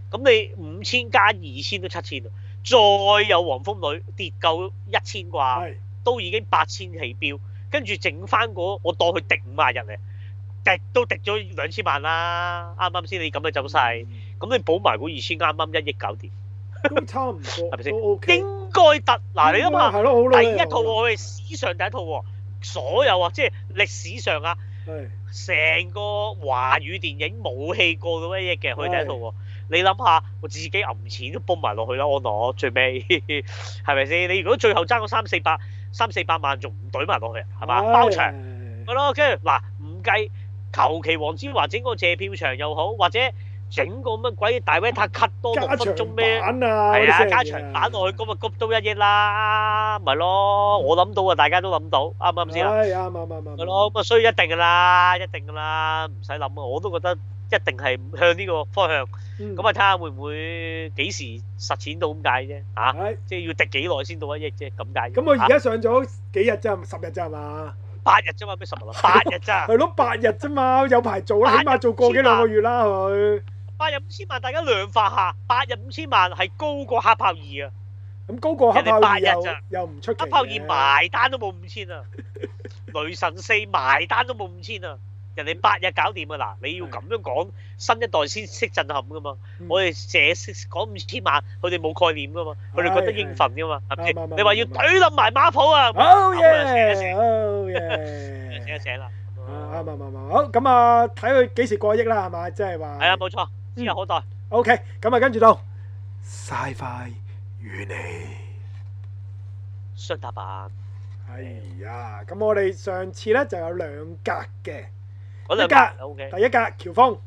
Speaker 1: 咁你五千加二千都七千啦，再有黃蜂女跌夠一千啩。
Speaker 2: 係
Speaker 1: 都已經八千起標，跟住整翻嗰我當佢滴五萬日嚟，滴都滴咗兩千萬啦，啱啱先你咁嘅走
Speaker 2: 嗯
Speaker 1: 勢，。咁你補埋嗰二千啱啱一億搞掂，
Speaker 2: 都差唔多，
Speaker 1: 係咪先
Speaker 2: 都 OK。
Speaker 1: 應該得嗱你諗下，
Speaker 2: 係咯，好耐
Speaker 1: 第一套我哋史上第一套喎，所有啊即係歷史上啊，
Speaker 2: 係
Speaker 1: 成個華語電影冇戲過咁一億嘅，佢第一套喎。你諗下，我自己揞錢都泵埋落去啦，安樂最尾 係咪先？你如果最後爭嗰三四百、三四百萬，仲唔懟埋落去啊？係嘛？包場。咪咯，跟住嗱唔計，求其黃子華整個謝票場又好，或者整個乜鬼大 v e t a cut 多六
Speaker 2: 加
Speaker 1: 分鐘
Speaker 2: 長
Speaker 1: 咩？
Speaker 2: 版
Speaker 1: 係
Speaker 2: 啊，
Speaker 1: 啊，
Speaker 2: 嗰啲
Speaker 1: 加
Speaker 2: 聲
Speaker 1: 長
Speaker 2: 啊
Speaker 1: 版落去，咁啊谷都一億啦，咪咯，我諗到啊，大家都諗到，啱唔啱先啊？
Speaker 2: 係啱啱啱啱。
Speaker 1: 咪咯，咁啊，所以一定噶啦，一定噶啦，唔使諗啊，我都覺得一定係向呢個方向，
Speaker 2: 嗯，
Speaker 1: 咁啊睇下會唔會幾時實踐到咁解啫，嚇，
Speaker 2: 係。
Speaker 1: 即係要滴幾耐先到一億啫，咁解啫。
Speaker 2: 嗯咁我而
Speaker 1: 嚇
Speaker 2: 家上咗幾日啫，十日啫係嘛？
Speaker 1: 八日啫嘛，咩十 日啊？八日咋？
Speaker 2: 係咯，八日啫嘛，有排做
Speaker 1: 八日
Speaker 2: 啦，起碼做個幾兩個月啦佢。
Speaker 1: 八日五千萬，大家量化下，八日五千萬係高過黑豹二啊！
Speaker 2: 咁高過黑豹
Speaker 1: 人哋八
Speaker 2: 二
Speaker 1: 日咋
Speaker 2: 又又唔出奇嘅。
Speaker 1: 黑豹二埋單都冇五千 啊，雷神四埋單都冇五千啊！人哋八日搞掂啊！嗱，你要咁樣講，新一代先識震撼噶嘛。
Speaker 2: 嗯
Speaker 1: 我哋淨係講五千萬，佢哋冇概念噶嘛，佢哋覺得應份噶嘛，係咪
Speaker 2: 啱
Speaker 1: 先？
Speaker 2: 啱啱
Speaker 1: 你話要懟冧埋馬普啊，
Speaker 2: 好
Speaker 1: 咁啊，
Speaker 2: 嘢，
Speaker 1: 醒
Speaker 2: 好
Speaker 1: 一醒，醒一
Speaker 2: 嘢。
Speaker 1: 醒啦。咁
Speaker 2: 啊
Speaker 1: 啊
Speaker 2: 啱啱啱啱，好咁啊，睇佢幾時過億啦，係嘛？即係話。
Speaker 1: 係啊，冇錯，指日可待。
Speaker 2: OK，咁啊，跟住到 Sci-Fi 與你。
Speaker 1: 雙打版
Speaker 2: 係啊，咁我哋上次咧就有兩格嘅，
Speaker 1: 嗰兩
Speaker 2: 一格
Speaker 1: 格 O K，
Speaker 2: 第一格喬峰，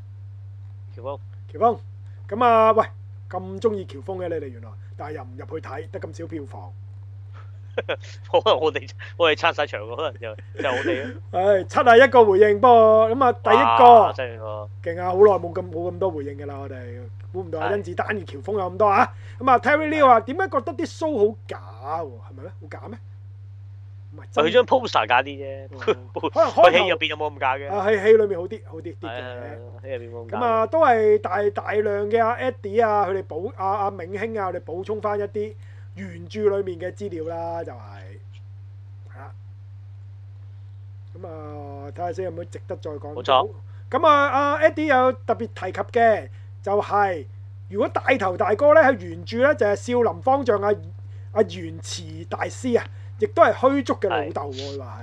Speaker 1: 喬峰
Speaker 2: 喬峰，咁啊喂，咁中意喬峰嘅你哋原來，但係又唔入去睇，得咁少票房，
Speaker 1: 可能 我哋我哋撐晒場喎，可能就就我哋 咯。
Speaker 2: 唉，七啊一個回應噃，咁啊第
Speaker 1: 哇
Speaker 2: 一
Speaker 1: 真係喎，
Speaker 2: 個勁啊，好耐冇咁冇咁多回應嘅啦，我哋估唔到啊，
Speaker 1: 係
Speaker 2: 甄子丹而喬峰有咁多啊，咁啊 Terry Liu 話點解覺得啲 show 好假喎，係咪咧？好假咩？唔係真
Speaker 1: 佢張 poster 假啲啫，
Speaker 2: 哦可能
Speaker 1: 佢戲入
Speaker 2: 開
Speaker 1: 邊有冇咁假嘅？
Speaker 2: 頭啊喺戲裏面好啲，好啲啲
Speaker 1: 係
Speaker 2: 嘅。
Speaker 1: 啊，戲入邊冇咁假
Speaker 2: 咁
Speaker 1: 嘅。
Speaker 2: 啊，都係大大量嘅阿 Eddie 啊，佢哋補阿阿銘興啊，佢哋補充翻一啲原著裡面嘅資料啦，就係係啦。咁啊，睇下先有冇值得再講。
Speaker 1: 冇錯。
Speaker 2: 咁啊，阿 Eddie 有特別提及嘅，就係、如果大頭大哥咧喺原著咧就係、少林方丈阿阿玄慈大師啊，亦都係虛竹嘅老豆喎，佢話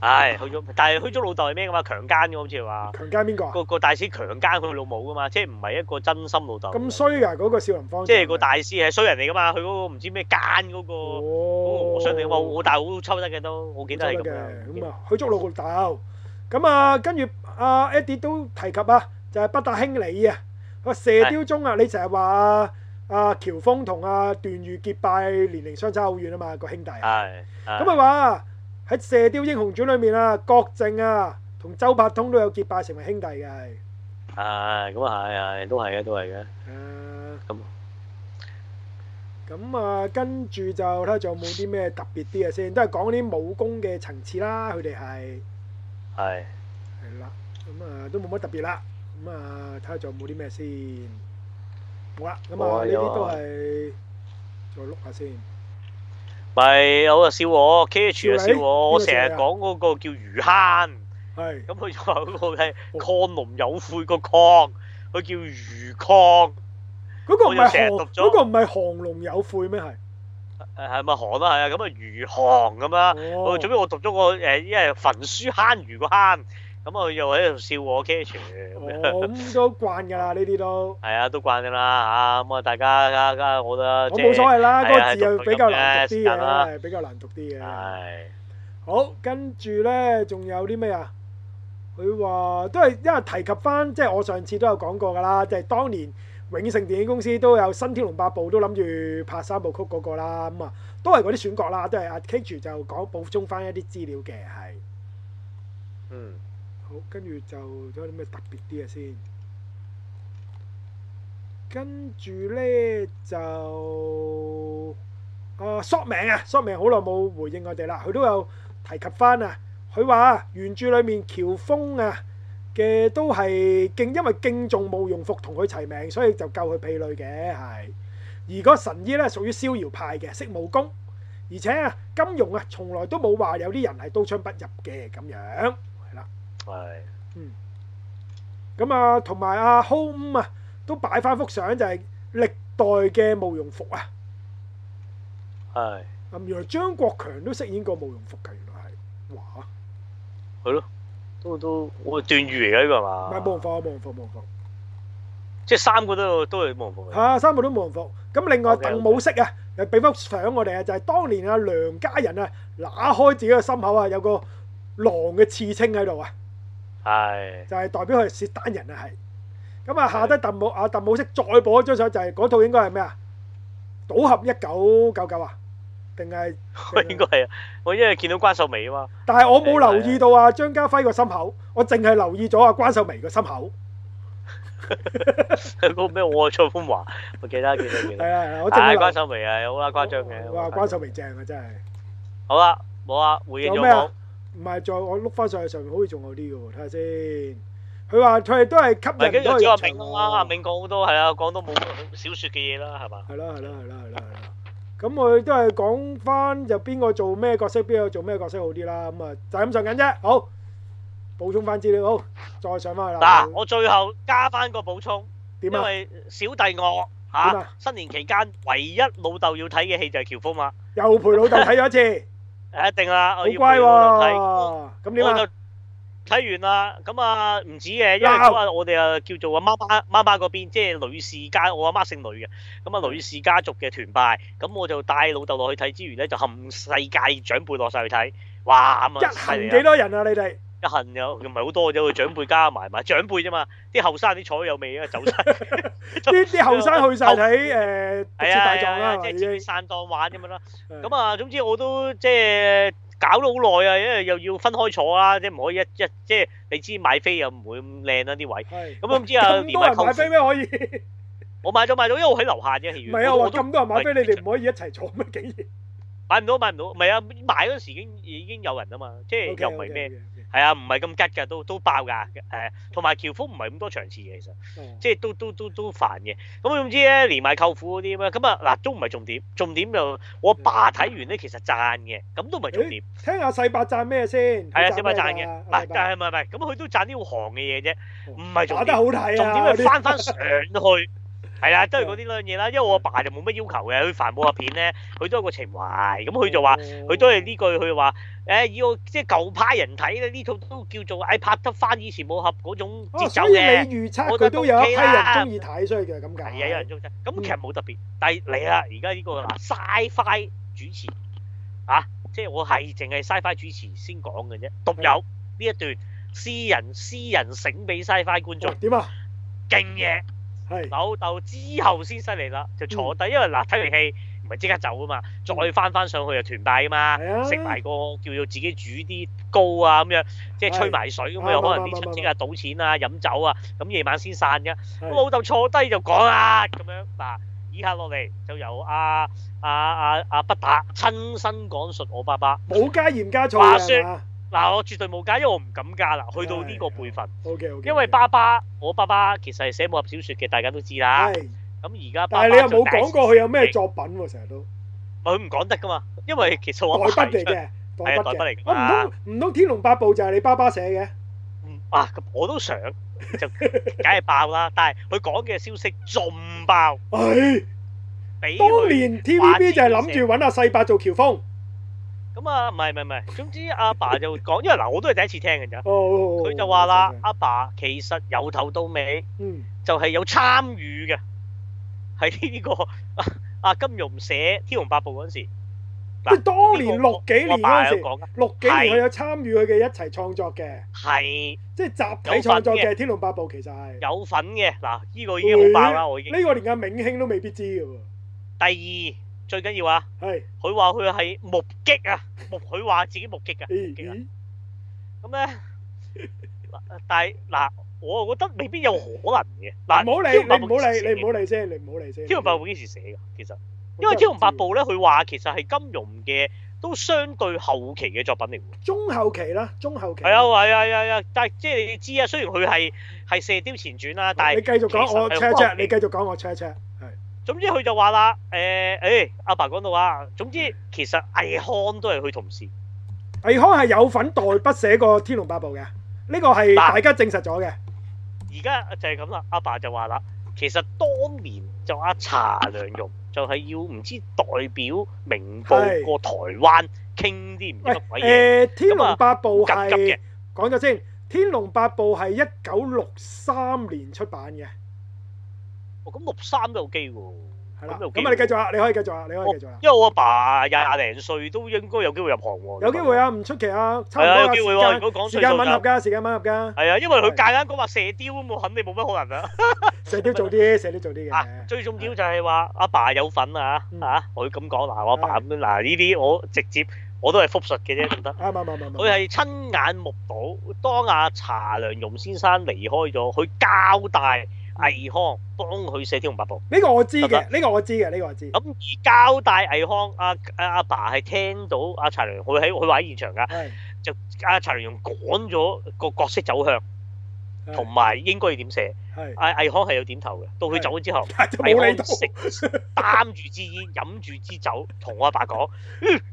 Speaker 1: 唉，虛竹，但係虛竹老豆係咩噶嘛？強姦嘅好似係話
Speaker 2: 係，強姦邊個啊？
Speaker 1: 個個大師強姦佢老母噶嘛，即係唔係一個真心老豆。
Speaker 2: 咁，衰㗎嗰個少林方丈。
Speaker 1: 即係個大師係衰人嚟噶嘛？佢嗰個唔知咩奸嗰個嗰個
Speaker 2: 哦
Speaker 1: 和尚嚟㗎嘛，我但係好抽得嘅都，我記得係咁
Speaker 2: 嘅，咁
Speaker 1: 樣。
Speaker 2: 啊，去捉老豆。咁啊，跟住阿 à. Eddie 都提及啊，就係北大興理啊，個射雕中啊，你成日話阿喬峰同阿段譽結拜年齡相差好遠啊嘛，個兄弟。
Speaker 1: 係咁啊，
Speaker 2: 咁佢話喺《射雕英雄傳》裏面啊，郭靖啊同周伯通都有結拜成為兄弟嘅係。
Speaker 1: 係咁啊，係係都係嘅，都係嘅。
Speaker 2: À. 誒
Speaker 1: 咁
Speaker 2: 咁啊，跟住就睇下仲有冇啲咩特別啲嘅先，都係講啲武功嘅層次啦。佢哋係
Speaker 1: 係
Speaker 2: 係啦，咁啊都冇乜特別啦。咁啊，睇下仲有冇啲咩先。好啦，咁
Speaker 1: 冇
Speaker 2: 啊
Speaker 1: 啊
Speaker 2: 呢
Speaker 1: 有
Speaker 2: 啲
Speaker 1: 啊
Speaker 2: 都係再碌下先。
Speaker 1: 咪有啊笑我，K H 啊
Speaker 2: 笑你
Speaker 1: 笑我，我
Speaker 2: 邊個
Speaker 1: 成
Speaker 2: 笑你啊
Speaker 1: 日講嗰個叫魚坑，
Speaker 2: 係
Speaker 1: 咁佢仲有個係
Speaker 2: 哦
Speaker 1: 亢龍有悔個亢，佢叫魚亢，
Speaker 2: 嗰個唔
Speaker 1: 我就
Speaker 2: 係
Speaker 1: 成日
Speaker 2: 降，
Speaker 1: 讀咗
Speaker 2: 嗰個唔係降龍有悔咩？係
Speaker 1: 誒係咪韓啊？係啊，咁啊魚亢咁啦。啊我
Speaker 2: 哦
Speaker 1: 最尾我讀咗個誒，因為焚書坑魚個坑，咁啊佢又喺度笑我 K H 啊咁樣。
Speaker 2: 哦，咁都慣㗎啦，呢啲都。
Speaker 1: 係啊，都慣㗎啦嚇，咁啊大家家家我覺得
Speaker 2: 我
Speaker 1: 即
Speaker 2: 冇所
Speaker 1: 係
Speaker 2: 謂
Speaker 1: 係
Speaker 2: 啦，嗰
Speaker 1: 啊
Speaker 2: 個字又比較難
Speaker 1: 係讀咁
Speaker 2: 讀啲
Speaker 1: 嘅時間啦
Speaker 2: 嘅，比較難讀啲嘅。
Speaker 1: 係
Speaker 2: 好，跟住呢，仲有啲咩啊？佢話都係因為提及翻，即係我上次都有講過㗎啦，就係當年永盛電影公司都有《新天龍八部》，都諗住拍三部曲嗰個啦，咁啊都係嗰啲選角啦，都係阿 K 住就講補充翻一啲資料嘅，係
Speaker 1: 嗯。
Speaker 2: 好，跟住就有啲咩特別啲嘅先。跟住呢，就啊索命啊，索命好耐冇回應我哋啦，佢都有提及翻啊。佢話原著裏面喬峰啊嘅都係敬，因為敬重慕容復同佢齊名，所以就救佢婢女嘅係。而嗰神醫呢，屬於逍遙派嘅，識武功，而且啊金庸啊從來都冇話有啲人係刀槍不入嘅咁樣。
Speaker 1: 係
Speaker 2: 咁啊，同埋阿 h o m 啊，都擺翻幅相就係歷代嘅慕容復啊。
Speaker 1: 係
Speaker 2: 咁原來張國強都飾演過慕容復㗎，原來係哇，
Speaker 1: 都都我段譽嚟嘅呢個係
Speaker 2: 唔
Speaker 1: 嘛？
Speaker 2: 係慕容復啊，慕容復，慕容復
Speaker 1: 即係三個都有都係冇冇。
Speaker 2: 嚇，三個都慕容復。咁另外
Speaker 1: OK，OK
Speaker 2: 鄧武飾啊，又俾幅相我哋啊，就係當年阿梁家仁啊，揦開自己嘅心口啊，有個狼嘅刺青喺度啊。
Speaker 1: 係
Speaker 2: 就係代表佢係契丹人啊，係。咁啊，下低鄧武啊，鄧武式再播一張相，就係嗰套應該係咩啊？賭俠一九九九啊，定係？
Speaker 1: 我 應該係啊，我因為見到關秀美啊嘛。
Speaker 2: 但係我冇留意到啊張家輝個心口，我淨係留意咗啊關秀眉個心口。
Speaker 1: 嗰個咩我愛蔡風華，我記得記得記
Speaker 2: 係
Speaker 1: 得。
Speaker 2: 啦係啦，我淨係
Speaker 1: 係
Speaker 2: 留
Speaker 1: 關秀美啊，好啦誇張嘅。
Speaker 2: 哇，關秀眉正啊，真係。
Speaker 1: 好啦，冇啊，回應咗
Speaker 2: 仲有咩啊
Speaker 1: 冇。？
Speaker 2: 唔係，再我碌翻上去上面，好似仲有啲嘅喎，睇下先。佢話佢哋都係
Speaker 1: 唔
Speaker 2: 吸
Speaker 1: 係
Speaker 2: 引
Speaker 1: 跟
Speaker 2: 唔到
Speaker 1: 住只阿
Speaker 2: 佢入
Speaker 1: 銘
Speaker 2: 場
Speaker 1: 啦，阿
Speaker 2: 喎。
Speaker 1: 銘講好多係啊，講到冇小説嘅嘢啦，係嘛？
Speaker 2: 係啦係啦係啦係啦係啦。咁我哋都係講翻就邊個做咩角色，邊個做咩角色好啲啦。咁啊就係咁上緊啫。好，補充翻資料，好，再上翻去啦
Speaker 1: 嗱，。我最後加翻個補充。
Speaker 2: 點
Speaker 1: 因
Speaker 2: 啊？
Speaker 1: 為小弟我嚇、
Speaker 2: 點啊
Speaker 1: 新年期間唯一老豆要睇嘅戲就係喬峰嘛，
Speaker 2: 又陪老豆睇 咗一次，
Speaker 1: 一定啦，
Speaker 2: 好
Speaker 1: 我要
Speaker 2: 乖
Speaker 1: 陪老豆睇。
Speaker 2: 喎。咁點
Speaker 1: 我
Speaker 2: 啊？
Speaker 1: 就睇完啦，咁啊唔止嘅，因為
Speaker 2: 哇
Speaker 1: 嗰日我哋啊叫做阿媽媽媽媽嗰邊，即係女士家，我阿媽姓女嘅，咁啊女士家族嘅團拜，咁我就帶老豆落去睇之餘咧，就冚世界長輩落晒去睇，哇咁
Speaker 2: 一
Speaker 1: 啊犀
Speaker 2: 行
Speaker 1: 利
Speaker 2: 幾
Speaker 1: 啊！
Speaker 2: 多人啊？你哋
Speaker 1: 一行有唔係好多啫，佢長輩加埋埋長輩啫嘛，啲後生啲坐有味啊，走晒。
Speaker 2: 啲啲後生去晒睇誒《毒
Speaker 1: 係
Speaker 2: 舌
Speaker 1: 啊，
Speaker 2: 大狀》
Speaker 1: 係
Speaker 2: 啦，
Speaker 1: 啊
Speaker 2: 係
Speaker 1: 即
Speaker 2: 咪
Speaker 1: 係自
Speaker 2: 已
Speaker 1: 己
Speaker 2: 經？
Speaker 1: 散檔玩咁樣啦。咁
Speaker 2: 咁啊，
Speaker 1: 啊，總之我都即係搞咗好耐啊，因為又要分開坐啦，即係唔可以一一即係你知買飛又唔會咁靚啦啊啲位。
Speaker 2: 係
Speaker 1: 咁唔知啊
Speaker 2: 咁多人買飛咩可以？
Speaker 1: 我買咗買咗，因為我喺樓下啫戲
Speaker 2: 唔
Speaker 1: 院。
Speaker 2: 係啊，
Speaker 1: 我
Speaker 2: 話
Speaker 1: 我都
Speaker 2: 咁多人買飛，你哋唔可以一齊坐咩？竟然
Speaker 1: 買唔到買唔到，唔係啊買嗰陣時已經已經有人啊嘛，即係
Speaker 2: OK，OK，OK，OK？
Speaker 1: 又唔係咩？係啊，唔係咁吉㗎，都都爆㗎，誒，同埋喬峰唔係咁多場次嘅，其實
Speaker 2: 哦
Speaker 1: 即係都都都都煩嘅。咁啊總之咧，連埋舅父嗰啲咁啊，咁啊嗱都唔係重點，重點就我爸睇完咧，其實讚嘅，咁都唔係重點。
Speaker 2: 聽下細伯讚咩先？
Speaker 1: 係啊，
Speaker 2: 佢
Speaker 1: 小米賺
Speaker 2: 咩
Speaker 1: 嘅，
Speaker 2: 㗎
Speaker 1: 唔
Speaker 2: 阿
Speaker 1: 係
Speaker 2: 細，伯
Speaker 1: 但係唔係唔係，咁佢都賺啲行嘅嘢啫，唔係重
Speaker 2: 哦打得好
Speaker 1: 點，
Speaker 2: 睇啊！哦
Speaker 1: 重點係
Speaker 2: 嗰啲
Speaker 1: 翻翻上 去，係啦，都係嗰啲兩樣嘢啦。因為我阿爸就冇乜要求嘅，佢凡武俠片咧，佢都有個情懷，咁
Speaker 2: 哦
Speaker 1: 佢就話。佢都係呢句，佢話誒以我即係舊派人睇咧，呢套都叫做誒拍得翻以前武俠嗰種
Speaker 2: 哦，
Speaker 1: 節奏
Speaker 2: 所以
Speaker 1: 嘅，
Speaker 2: 你預測
Speaker 1: 我
Speaker 2: 佢
Speaker 1: 覺得
Speaker 2: 都有一批
Speaker 1: OK 啦
Speaker 2: 人中意睇，所以就係咁
Speaker 1: 係
Speaker 2: 解。
Speaker 1: 啊，有人中意。咁其實冇特別，但係你啊啦，而家呢個嗱 Sci-Fi 主持啊，即係我係淨係 Sci-Fi 主持先講嘅啫，獨有呢一段私人私人醒俾 Sci-Fi 觀眾
Speaker 2: 哦點啊？
Speaker 1: 勁嘢，
Speaker 2: 係
Speaker 1: 扭鬥之後先犀利啦，就坐低，因為嗱睇完戲唔係即刻走啊嘛，再翻翻上去就團拜啊嘛
Speaker 2: 係啊，
Speaker 1: 食埋個叫做自己煮啲糕啊咁樣，即係吹埋水咁
Speaker 2: 係
Speaker 1: 樣，有可
Speaker 2: 啱
Speaker 1: 能
Speaker 2: 啱
Speaker 1: 啲親
Speaker 2: 啱
Speaker 1: 戚啊賭錢啊、飲酒啊，咁夜晚先散㗎。咁
Speaker 2: 係
Speaker 1: 老豆坐低就講啦，咁樣嗱，以下落嚟就由阿阿阿阿不打親身講述我爸爸。
Speaker 2: 冇加鹽加醋嘅
Speaker 1: 話
Speaker 2: 係嘛
Speaker 1: 嗱，我絕對冇加，因為我唔敢加啦，去到呢個輩份，
Speaker 2: ？OK OK，
Speaker 1: 因為爸爸我爸爸其實係寫武俠小説嘅，大家都知啦。
Speaker 2: 係，
Speaker 1: 咁而家爸爸
Speaker 2: 但係你又冇
Speaker 1: 就介紹
Speaker 2: 講過佢有咩作品喎？成日都
Speaker 1: 咪佢唔講得噶嘛，因為其實我
Speaker 2: 代
Speaker 1: 阿爸
Speaker 2: 筆嚟嘅，代筆
Speaker 1: 係啊代筆
Speaker 2: 嘅
Speaker 1: 嚟。㗎
Speaker 2: 我唔
Speaker 1: 嘛
Speaker 2: 通唔通《天龍八部》就係你爸爸寫嘅？
Speaker 1: 嗯啊，咁我都想就 梗係爆啦，但係佢講嘅消息仲爆，
Speaker 2: 唉，
Speaker 1: 俾
Speaker 2: 當
Speaker 1: 佢
Speaker 2: 年 TVB 就係諗住揾阿世伯做喬峰。
Speaker 1: 咁啊，唔係唔係唔係，總之阿爸就講，因為嗱我都係第一次聽嘅咋，
Speaker 2: 哦，
Speaker 1: 佢就話啦，啊阿爸其實由頭到尾
Speaker 2: 嗯，
Speaker 1: 就係有參與嘅，喺呢個 啊啊金庸寫《天龍八部》嗰陣時，
Speaker 2: 即係當年
Speaker 1: 呢個我
Speaker 2: 六幾年
Speaker 1: 我
Speaker 2: 嗰陣
Speaker 1: 爸有
Speaker 2: 時，
Speaker 1: 講啊，
Speaker 2: 六幾年佢有參與佢嘅一齊創作嘅，
Speaker 1: 係
Speaker 2: 即係集體創作嘅《天龍八部》其實係。哎
Speaker 1: 有份嘅，嗱呢個已經好爆啦，我已經。
Speaker 2: 呢個連阿銘興都未必知嘅喎。
Speaker 1: 第二最緊要啊！
Speaker 2: 係，
Speaker 1: 佢話佢係目擊啊， 目佢話自己目擊啊，目
Speaker 2: 咦
Speaker 1: 擊啊。
Speaker 2: 咦，
Speaker 1: 咁咧，嗱 但係嗱，我又覺得未必有可能嘅。嗱，
Speaker 2: 唔好理，
Speaker 1: 天龍八
Speaker 2: 你唔
Speaker 1: 部
Speaker 2: 好
Speaker 1: 幾時寫
Speaker 2: 理，你唔好理先，你唔好理先。
Speaker 1: 嘅天龍八部幾時寫㗎？其實，因為《天龍八部》咧，佢話其實係金庸嘅都相對後期嘅作品嚟喎。
Speaker 2: 中後期啦，中後期。
Speaker 1: 係啊，係啊，係啊，係啊！但係即係你知啊，雖然佢係係《射雕前傳》啦，但
Speaker 2: 你
Speaker 1: 係
Speaker 2: 繼續
Speaker 1: 其
Speaker 2: 講，
Speaker 1: 實
Speaker 2: 我
Speaker 1: 係
Speaker 2: check
Speaker 1: 好
Speaker 2: check，
Speaker 1: 後
Speaker 2: 你
Speaker 1: 期
Speaker 2: 繼續講，我 check check。係，
Speaker 1: 總之佢就話啦，誒誒，阿爸講到啊，總之其實倪匡都係佢同事。
Speaker 2: 倪匡係有份代筆寫過《天龍八部》嘅，呢個係
Speaker 1: 嗱
Speaker 2: 大家證實咗嘅。
Speaker 1: 而家就係咁啦，阿爸就話啦，其實當年就阿查良鏞就係要唔知代表明報過台灣傾啲唔知
Speaker 2: 喂，
Speaker 1: 乜鬼嘢，
Speaker 2: 誒《天龍八部》
Speaker 1: 咁啊急急
Speaker 2: 係
Speaker 1: 嘅
Speaker 2: 講咗先，《天龍八部》係一九六三年出版嘅，
Speaker 1: 我咁六三都有機喎，
Speaker 2: 係啦。
Speaker 1: 咁有機
Speaker 2: 咁啊，你繼續啊，你可以繼續啊，你可以繼續啊，
Speaker 1: 因為我阿爸廿零歲都應該有機會入行喎，
Speaker 2: 有機會啊，唔出奇啊，差唔
Speaker 1: 哦係啊，有機會
Speaker 2: 多
Speaker 1: 喎，
Speaker 2: 啊，
Speaker 1: 如果講歲
Speaker 2: 時間時間
Speaker 1: 數
Speaker 2: 吻合
Speaker 1: 就。
Speaker 2: 㗎，時間吻合㗎，
Speaker 1: 係啊，因為佢間間講話射雕咁，我肯定冇乜可能 啦。
Speaker 2: 射雕做啲，射雕做啲
Speaker 1: 啊，
Speaker 2: 嘅。
Speaker 1: 最重要就係話阿爸有份啊
Speaker 2: 嗯
Speaker 1: 嚇，我要咁講嗱，我阿爸咁樣嗱呢啲我直接我都係複述嘅啫，得唔得？
Speaker 2: 啱啱啱啱
Speaker 1: 佢
Speaker 2: 啱。
Speaker 1: 係親眼目睹當阿查良鏞先生離開咗，佢交代倪匡幫佢寫《天龍八部
Speaker 2: 呢個我知
Speaker 1: 得唔
Speaker 2: 嘅，呢個我知嘅，呢個我知》。。
Speaker 1: 咁而交代倪匡，阿阿阿爸係聽到阿查良鏞，佢喺佢話喺現場㗎，
Speaker 2: 係
Speaker 1: 就阿查良鏞講咗個角色走向
Speaker 2: 係
Speaker 1: 同埋應該要點寫。
Speaker 2: 係，
Speaker 1: 阿倪匡係有點頭嘅，到佢走咗之後。
Speaker 2: 但係就
Speaker 1: 倪
Speaker 2: 冇理
Speaker 1: 匡
Speaker 2: 到。
Speaker 1: 食擔住支煙，飲住支酒，同我阿爸講：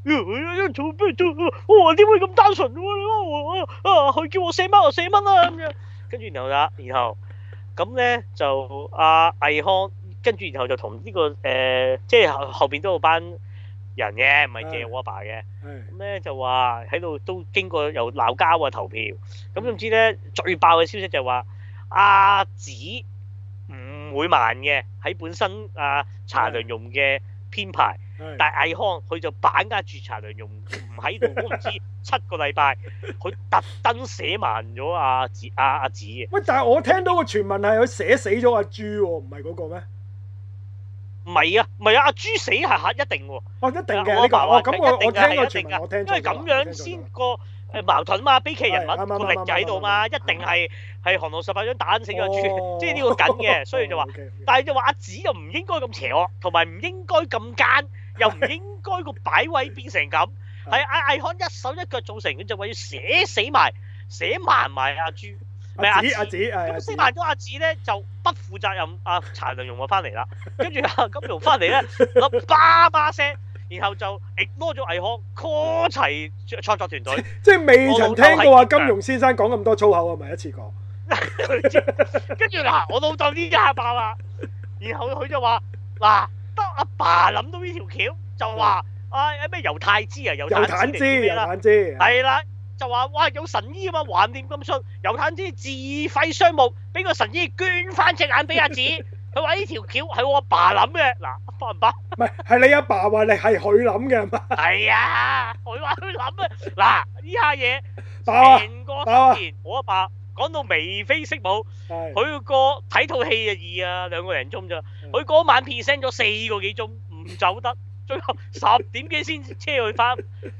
Speaker 1: 嗯做咩做？我話點會咁單純喎？啊，佢叫我四蚊，我四蚊啦咁樣。跟住然後啦，然後咁咧就阿倪匡，跟住然後就同呢個誒，即係後後邊都有班人嘅，唔係借我阿爸嘅。
Speaker 2: 係
Speaker 1: 咁咧就話喺度都經過又鬧交啊投票，咁總之咧最爆嘅消息就係話阿紫唔會慢嘅，喺本身啊查良鏞嘅編排，
Speaker 2: 係
Speaker 1: 但係倪匡佢就把握住查良鏞唔喺度，我唔知七個禮拜，佢特登寫慢咗阿紫阿阿紫嘅，
Speaker 2: 喂，但係我聽到個傳聞係佢寫死咗阿朱喎，唔係嗰個咩？
Speaker 1: 唔係啊，唔係啊，阿朱死係嚇一定喎，
Speaker 2: 哦，一定嘅
Speaker 1: 我
Speaker 2: 呢
Speaker 1: 阿
Speaker 2: 個，
Speaker 1: 爸
Speaker 2: 哦
Speaker 1: 話
Speaker 2: 咁
Speaker 1: 一
Speaker 2: 我我
Speaker 1: 定
Speaker 2: 聽
Speaker 1: 㗎係
Speaker 2: 個
Speaker 1: 一
Speaker 2: 傳
Speaker 1: 定
Speaker 2: 聞，
Speaker 1: 㗎
Speaker 2: 我聽
Speaker 1: 因為
Speaker 2: 咗啦
Speaker 1: 咁
Speaker 2: 我聽
Speaker 1: 樣
Speaker 2: 咗
Speaker 1: 先
Speaker 2: 啦
Speaker 1: 個誒矛盾嘛，悲劇人
Speaker 2: 係啱
Speaker 1: 物
Speaker 2: 啱
Speaker 1: 個力
Speaker 2: 啱
Speaker 1: 就喺度嘛，一
Speaker 2: 啱啱
Speaker 1: 定係係韓路十八掌打死咗個
Speaker 2: 哦
Speaker 1: 豬，即係呢個緊嘅，所以就話
Speaker 2: 哦，，OK，OK
Speaker 1: 但係就話阿紫又唔應該咁邪惡，同埋唔應該咁奸，又唔應該個擺位變成咁，係阿艾康一手一腳造成，佢就話要寫死埋，寫埋埋阿朱，唔係
Speaker 2: 阿
Speaker 1: 阿
Speaker 2: 紫阿
Speaker 1: 紫。
Speaker 2: 紫係啊阿
Speaker 1: 咁
Speaker 2: 紫
Speaker 1: 死，埋咗阿紫咧，就不負責任。啊阿查良鏞就翻嚟啦，跟住阿金庸翻嚟咧，諗叭叭聲，然後就 ignore 咗倪匡 call 齊創作團隊。
Speaker 2: 即係未曾聽
Speaker 1: 我老豆
Speaker 2: 過阿
Speaker 1: 係
Speaker 2: 金庸先生講咁多粗口啊，咪一次過。
Speaker 1: 跟住嗱，我老豆呢下爆啦，然後佢就話嗱，得阿爸諗到呢條橋，就話啊咩猶太之啊，猶
Speaker 2: 又
Speaker 1: 太
Speaker 2: 坦
Speaker 1: 之
Speaker 2: 知，
Speaker 1: 定
Speaker 2: 又
Speaker 1: 咩啦，
Speaker 2: 坦知，
Speaker 1: 係啦。就話哇有神醫啊嘛，橫掂咁信，猶太之自費商務，俾個神醫捐翻隻眼俾阿子。佢話呢條橋係我阿爸諗嘅，嗱，包唔包？
Speaker 2: 唔係係你阿爸話你係佢諗嘅係嘛？
Speaker 1: 係啊，佢話佢諗啊，嗱呢下嘢
Speaker 2: 爆啊
Speaker 1: 成
Speaker 2: 爆啊
Speaker 1: 個新年，我阿爸講到眉飛色舞，
Speaker 2: 係
Speaker 1: 佢個睇套戲就易啊，兩個零鐘咋，佢嗰晚 present 咗四個幾鐘，唔走得，最後十點幾先車佢翻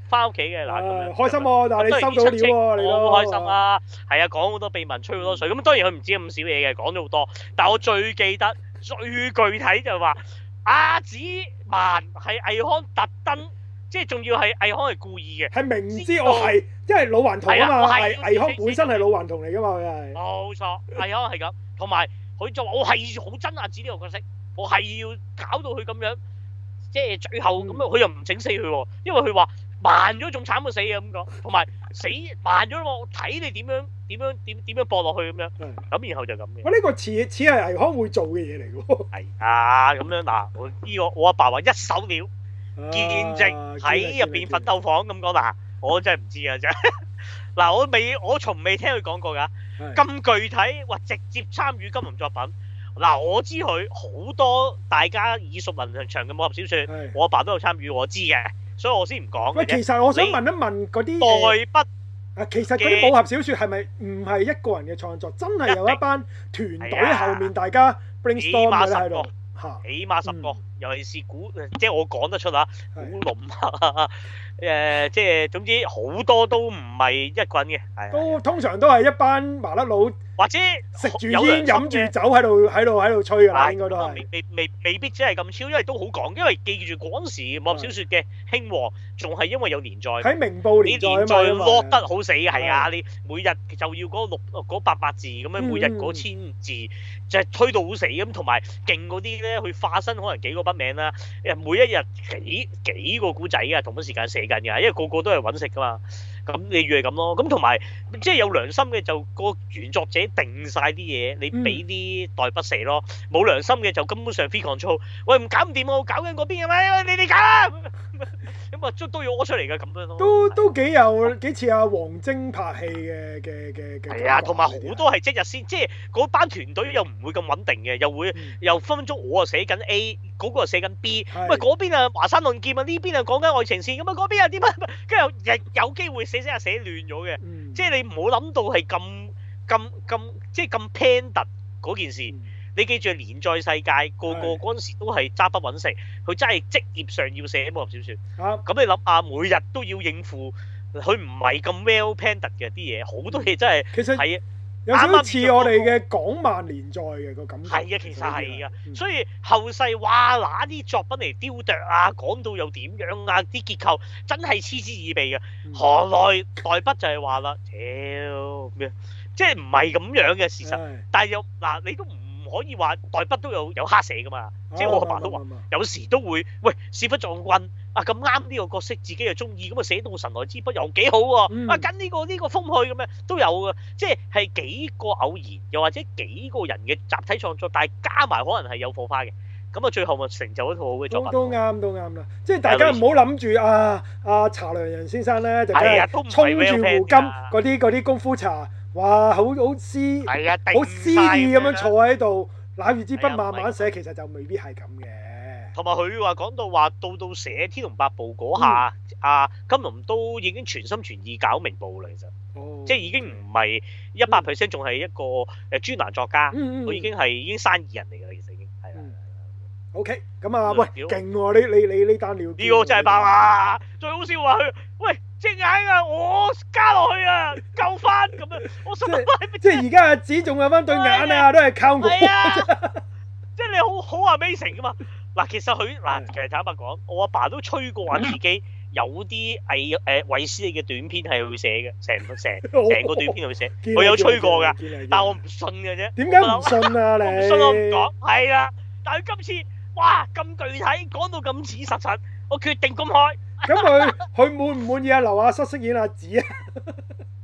Speaker 1: 翻屋企嘅嗱，咁
Speaker 2: 唉
Speaker 1: 樣
Speaker 2: 開心喎，但係你
Speaker 1: 當然
Speaker 2: 收到料喎，你都
Speaker 1: 我好開心！啦，係啊，講好多秘聞，吹好多水。咁當然佢唔止咁少嘢嘅，講咗好多。但我最記得、最具體就係話，阿子曼係魏康特登，即係仲要係魏康係故意嘅。
Speaker 2: 係明知我係，因為老頑童啊
Speaker 1: 係啊我
Speaker 2: 嘛，
Speaker 1: 係
Speaker 2: 係倪康本身係老頑童 嚟噶嘛，佢係
Speaker 1: 冇錯，魏康係咁。同埋佢就話：我係好憎阿子呢個角色，我係要搞到佢咁樣，即係最後咁樣，佢又唔整死佢喎，因為佢話慢咗仲慘過死啊咁講，同埋死慢咗我睇你點樣點樣點點樣搏落去咁樣。
Speaker 2: 係。
Speaker 1: 咁然後就咁嘅。
Speaker 2: 我呢個似似係倪康會做嘅嘢嚟 嘅喎。
Speaker 1: 係啊，咁樣嗱，我呢個我阿爸話一手料
Speaker 2: 啊
Speaker 1: 見證喺入邊奮鬥房咁講嗱，我真係唔知啊真係。 嗱，我未我從未聽佢講過㗎，
Speaker 2: 鬥
Speaker 1: 咁具體話直接參與金融作品。嗱，我知佢好多大家耳熟能詳嘅武俠小說，
Speaker 2: 係
Speaker 1: 我阿爸都有參與，我知嘅，所以我先唔講嘅
Speaker 2: 喂，
Speaker 1: 啫。
Speaker 2: 其實我想問一問嗰啲誒
Speaker 1: 代筆
Speaker 2: 啊，其實嗰啲武俠小説係咪唔係一個人嘅創作？真係有一班團隊
Speaker 1: 係啊
Speaker 2: 喺後面大家 brainstorm
Speaker 1: 碼
Speaker 2: 嘅
Speaker 1: 十
Speaker 2: 喺度
Speaker 1: 個
Speaker 2: 嚇，
Speaker 1: 起碼十個
Speaker 2: 嗯，
Speaker 1: 尤其是古，即係我講得出啊。古
Speaker 2: 係
Speaker 1: 龍啊， 誒，即係總之好多都唔係一個人嘅，係啊
Speaker 2: 都通常都係一班麻甩佬
Speaker 1: 或者
Speaker 2: 食住
Speaker 1: 有
Speaker 2: 煙飲
Speaker 1: 良
Speaker 2: 住
Speaker 1: 心嘅
Speaker 2: 酒喺度喺度喺度吹㗎啦，
Speaker 1: 係
Speaker 2: 應該都
Speaker 1: 咁啊
Speaker 2: 係
Speaker 1: 未未未未必真係咁超，因為都好講，因為記住嗰陣時武俠小説嘅興旺，仲係因為有連載。
Speaker 2: 喺明報
Speaker 1: 你
Speaker 2: 年
Speaker 1: 連
Speaker 2: 代啊
Speaker 1: 載
Speaker 2: 嘛，
Speaker 1: 落
Speaker 2: 因為
Speaker 1: 得好死嘅，係啊！你每日就要嗰六嗰八百字
Speaker 2: 嗯
Speaker 1: 咁樣，每日嗰千字就係推到好死咁，同埋勁嗰啲咧，佢化身可能幾個筆名啦，誒每一日幾幾個古仔啊，同一時間寫緊㗎，因為個個都係揾食㗎嘛。咁你預係咁咯，咁同埋即係有良心嘅就個原作者定晒啲嘢，
Speaker 2: 嗯
Speaker 1: 你俾啲代筆寫咯。冇良心嘅就根本上 free control。喂，唔搞唔掂喎，我搞緊嗰邊嘅咩？喂你哋搞啦， 咁啊都都要屙出嚟嘅咁樣咯。
Speaker 2: 都都幾有幾似阿王晶拍戲嘅嘅嘅嘅
Speaker 1: 係啊，
Speaker 2: 感覺
Speaker 1: 同埋好多係即日先，即係嗰班團隊又唔會咁穩定嘅，又會
Speaker 2: 嗯
Speaker 1: 又分分鐘我啊寫緊 A，嗰個啊寫緊 B，
Speaker 2: 係
Speaker 1: 喂嗰邊啊華山論劍啊，呢邊啊講緊愛情線咁啊，嗰邊啊點啊， 跟住又有機會寫寫下寫亂咗嘅，
Speaker 2: 嗯
Speaker 1: 即係你唔好諗到係咁咁咁即係咁 plan 特嗰件事。
Speaker 2: 嗯
Speaker 1: 你記住連載世界個個
Speaker 2: 係
Speaker 1: 嗰陣時都係揸筆揾食，佢真係職業上要寫武俠小説。
Speaker 2: 啊
Speaker 1: 咁你諗下，每日都要應付，佢唔係咁 well planned 嘅啲嘢，好多嘢真係
Speaker 2: 其實
Speaker 1: 係。
Speaker 2: 有少少似我哋嘅港漫連載嘅個感覺。
Speaker 1: 係啊，其實係
Speaker 2: 啊
Speaker 1: 啊，，所以後世哇嗱啲作品嚟雕琢啊，講到又點樣啊，啲結構真係嗤之以鼻嘅。
Speaker 2: 嗯
Speaker 1: 行內代筆就係話啦，屌咩，即係唔係咁樣嘅事實。
Speaker 2: 唉
Speaker 1: 但係又嗱，你都唔可以話代筆都有有黑寫噶嘛，即係我阿爸都話。
Speaker 2: 啱啱啱啱
Speaker 1: 有時都會喂屎忽撞棍啊咁啱呢個角色自己又中意，咁啊寫到神來之筆又幾好喎、
Speaker 2: 嗯
Speaker 1: 啊跟呢、個呢、個風去咁樣都有嘅，即係係幾個偶然，又或者幾個人嘅集體創作，但係加埋可能係有火花嘅，咁啊最後咪成就一套好嘅作
Speaker 2: 都
Speaker 1: 品。
Speaker 2: 都啱，都啱啦！即
Speaker 1: 啊
Speaker 2: 係大家唔好諗住啊啊查良人先生咧，就真
Speaker 1: 係啊
Speaker 2: 係
Speaker 1: 都唔係
Speaker 2: 衝住
Speaker 1: well
Speaker 2: 胡
Speaker 1: planned
Speaker 2: 金
Speaker 1: 㗎
Speaker 2: 嗰啲嗰啲功夫茶，哇！好好詩
Speaker 1: 係啊，定
Speaker 2: 好詩意咁樣
Speaker 1: 晒
Speaker 2: 坐喺度，攬住支
Speaker 1: 係
Speaker 2: 筆
Speaker 1: 啊
Speaker 2: 慢
Speaker 1: 唔係
Speaker 2: 慢寫，其實就未必係咁嘅。
Speaker 1: 同埋佢話講到話到到寫《天龍八部》嗰下，
Speaker 2: 嗯
Speaker 1: 啊金龍都已經全心全意搞明報啦，其實
Speaker 2: 哦
Speaker 1: 即係已經唔係一
Speaker 2: 嗯
Speaker 1: 百 percent，仲係一個誒專欄作家。
Speaker 2: 嗯嗯
Speaker 1: 佢已經係已經生意人嚟㗎啦，其實已經係啦。啊
Speaker 2: 嗯 OK 咁啊！
Speaker 1: 嗯
Speaker 2: 喂，
Speaker 1: 屌
Speaker 2: 勁喎！你你你呢單料
Speaker 1: 呢個真係爆！啊！最好笑話佢，喂隻眼啊，我加落去啊，救翻咁樣。我心諗係咪
Speaker 2: 即係而家阿子仲有翻對眼啊，都係靠我。
Speaker 1: 係啊？即係你好好 amazing 噶嘛？嗱，其實佢嗱，其實坦白講，我阿爸都吹過話自己有啲呃藝誒衛斯理嘅短片係會寫嘅，成成成個短片係會寫，
Speaker 2: 哦 見啦
Speaker 1: 佢有吹過㗎，，
Speaker 2: 見啦見啦見啦
Speaker 1: 但我唔信嘅啫。
Speaker 2: 點解唔信啊？你
Speaker 1: 我唔信我唔講，係啦。但係佢今次哇咁具體，講到咁似實實，我決定公開。
Speaker 2: 咁佢佢滿唔滿意啊？劉亞瑟飾演阿紫啊？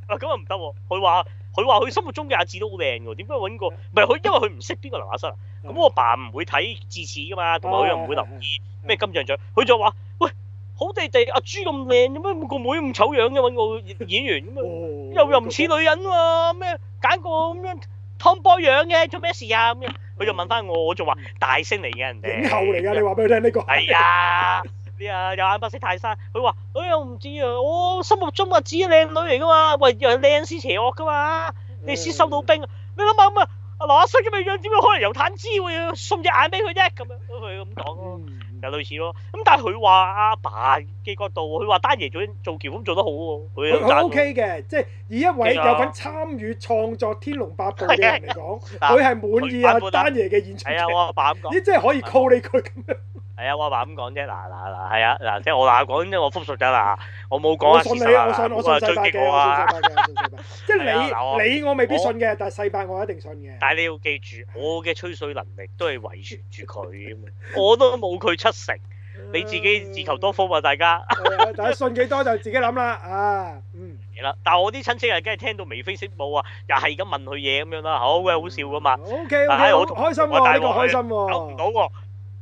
Speaker 1: 啊咁啊唔得喎，佢話佢話佢心目中嘅阿志都好靚喎，點解揾個唔係佢？因為佢唔識邊個劉亞瑟啊。咁我爸唔會睇智齒噶嘛，同埋佢又唔
Speaker 2: 哦
Speaker 1: 會留意咩金像獎。佢就話：喂，好地地阿朱咁靚，做咩個妹咁醜樣嘅揾個演員咁啊？
Speaker 2: 哦
Speaker 1: 又又唔似女人喎，咩揀個咁樣 tomboy 樣嘅，做咩事啊？咁樣佢就問翻我，我就話大聲嚟嘅人哋
Speaker 2: 嗯影后嚟㗎，你話俾佢聽呢個
Speaker 1: 係啊，你啊有眼白色泰山，佢話：哎呀，我唔知啊，我心目中啊只靚女嚟噶嘛，喂又靚先邪惡噶嘛，你先收到兵。
Speaker 2: 嗯
Speaker 1: 你諗下咁啊，嗱衰咁嘅樣，點樣可能由坦之會送隻眼俾佢啫？咁樣佢咁講咯。
Speaker 2: 嗯
Speaker 1: 就類似咯，咁但係佢話阿爸嘅角度，佢話丹爺做做橋咁做得好喎，佢有
Speaker 2: 佢
Speaker 1: 讚
Speaker 2: 哦 OK 嘅，即係以一位
Speaker 1: 其實
Speaker 2: 有份參與創作《天龍八部》嘅人嚟講，
Speaker 1: 嗱
Speaker 2: 佢係滿意
Speaker 1: 佢
Speaker 2: 阿
Speaker 1: 版本啊
Speaker 2: 丹爺嘅演出
Speaker 1: 係啊，
Speaker 2: 嘅
Speaker 1: 我，阿爸咁講，
Speaker 2: 咦，真係可以 call 你佢咁樣，
Speaker 1: 係啊，我阿爸咁講啫，嗱嗱嗱，係啊，嗱即係我嗱講啫，我復述咗啦，我冇講
Speaker 2: 我
Speaker 1: 啊，
Speaker 2: 信
Speaker 1: 事
Speaker 2: 你，
Speaker 1: 實啊
Speaker 2: 我信
Speaker 1: 冇
Speaker 2: 我
Speaker 1: 話
Speaker 2: 信
Speaker 1: 追
Speaker 2: 世伯嘅，
Speaker 1: 擊我
Speaker 2: 我
Speaker 1: 啊，
Speaker 2: 信世伯嘅，我信世伯，即
Speaker 1: 係啊嗱
Speaker 2: 係
Speaker 1: 我
Speaker 2: 你你我未必
Speaker 1: 我
Speaker 2: 信嘅，但係世伯我一定信嘅。
Speaker 1: 但係你要記住，我嘅吹水能力都係遺傳住佢咁啊，我都冇佢七成，
Speaker 2: 嗯
Speaker 1: 你自己自求多福啊，大家
Speaker 2: 係啊，大家信幾多就自己諗啦。啊，嗯，
Speaker 1: 係啦，但係我啲親戚啊，梗係聽到眉飛色舞啊，又係咁問佢嘢咁樣啦，好嘅，好笑噶嘛。
Speaker 2: O K O
Speaker 1: 但
Speaker 2: K，
Speaker 1: 係
Speaker 2: 好
Speaker 1: 我同
Speaker 2: 開心
Speaker 1: 我
Speaker 2: 喎，
Speaker 1: 大鑊
Speaker 2: 呢個開心
Speaker 1: 走唔到
Speaker 2: 喎。
Speaker 1: 喎。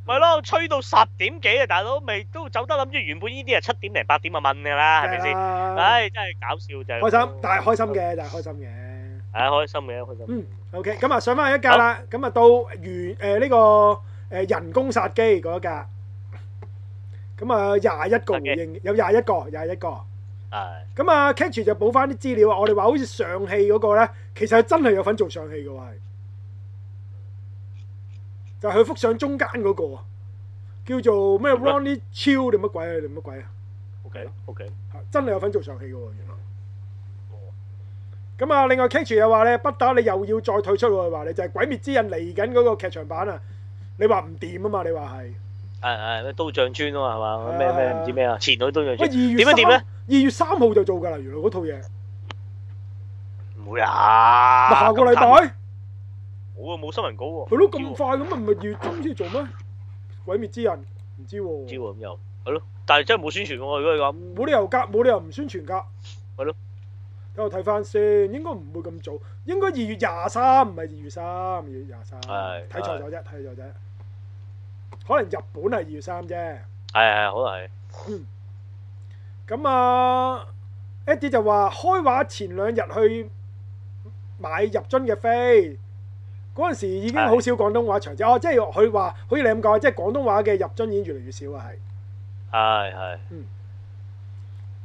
Speaker 1: 咪咯，吹到十點幾啊，大佬未都走得諗住原本呢啲係七點零八點啊問㗎啦，係咪先？
Speaker 2: 先？
Speaker 1: 唉，真係搞笑就係
Speaker 2: 啊開心，但係開心，嘅，但係開心嘅。
Speaker 1: 係開心嘅，開心。
Speaker 2: 嗯，OK，咁啊上翻去一架啦，咁啊到原誒呢個誒人工殺機嗰一架，咁啊廿一個回應，有廿一個，廿一個。
Speaker 1: 係
Speaker 2: 咁啊 Catch 就補翻啲資料啊，我哋話好似上戲嗰個咧，其實係真係有份做上戲嘅喎，係就係佢幅相中間嗰個啊，叫做咩
Speaker 1: 咩
Speaker 2: Ronnie Chiu 定乜鬼啊，定乜鬼啊？
Speaker 1: ，OK OK，
Speaker 2: 係真係有份做上戲嘅喎，原來。咁啊，另外 K 柱又話咧，不打你又要再退出喎，佢話你就係《鬼滅之刃》嚟緊嗰個劇場版啊，你話唔掂啊嘛，你話係。
Speaker 1: 係係咩刀匠村啊嘛，係嘛？
Speaker 2: 係
Speaker 1: 咩咩
Speaker 2: 係
Speaker 1: 唔知咩啊？前女刀匠
Speaker 2: 喂，
Speaker 1: 村
Speaker 2: 二月
Speaker 1: 點樣點咧？
Speaker 2: 三？二月三號就做㗎啦，原來嗰套嘢。
Speaker 1: 唔會啊！
Speaker 2: 咪下個禮拜
Speaker 1: 咁慘冇啊，冇新聞稿喎。
Speaker 2: 係咯，
Speaker 1: 唔
Speaker 2: 咁
Speaker 1: 知
Speaker 2: 快咁啊，唔係月中先做咩？《鬼滅之刃》唔知
Speaker 1: 喎唔知
Speaker 2: 喎，
Speaker 1: 喎咁又係咯，但係真係冇宣傳喎。如果係咁，
Speaker 2: 冇理由㗎，冇理由唔宣傳㗎。
Speaker 1: 係咯。
Speaker 2: 等我睇翻先，應該唔會咁早，應該二月廿三，唔係二月三，二月廿三。
Speaker 1: 係
Speaker 2: 睇錯咗啫，睇錯咗啫。可能日本係二月三啫。
Speaker 1: 係係可能係
Speaker 2: 咁啊，Eddie 就話開畫前兩日去買入樽嘅飛，嗰陣時已經好少廣東話長者。哦，即係佢話好似你咁講，即係廣東話嘅入樽已經越嚟越少啊，係。
Speaker 1: 係係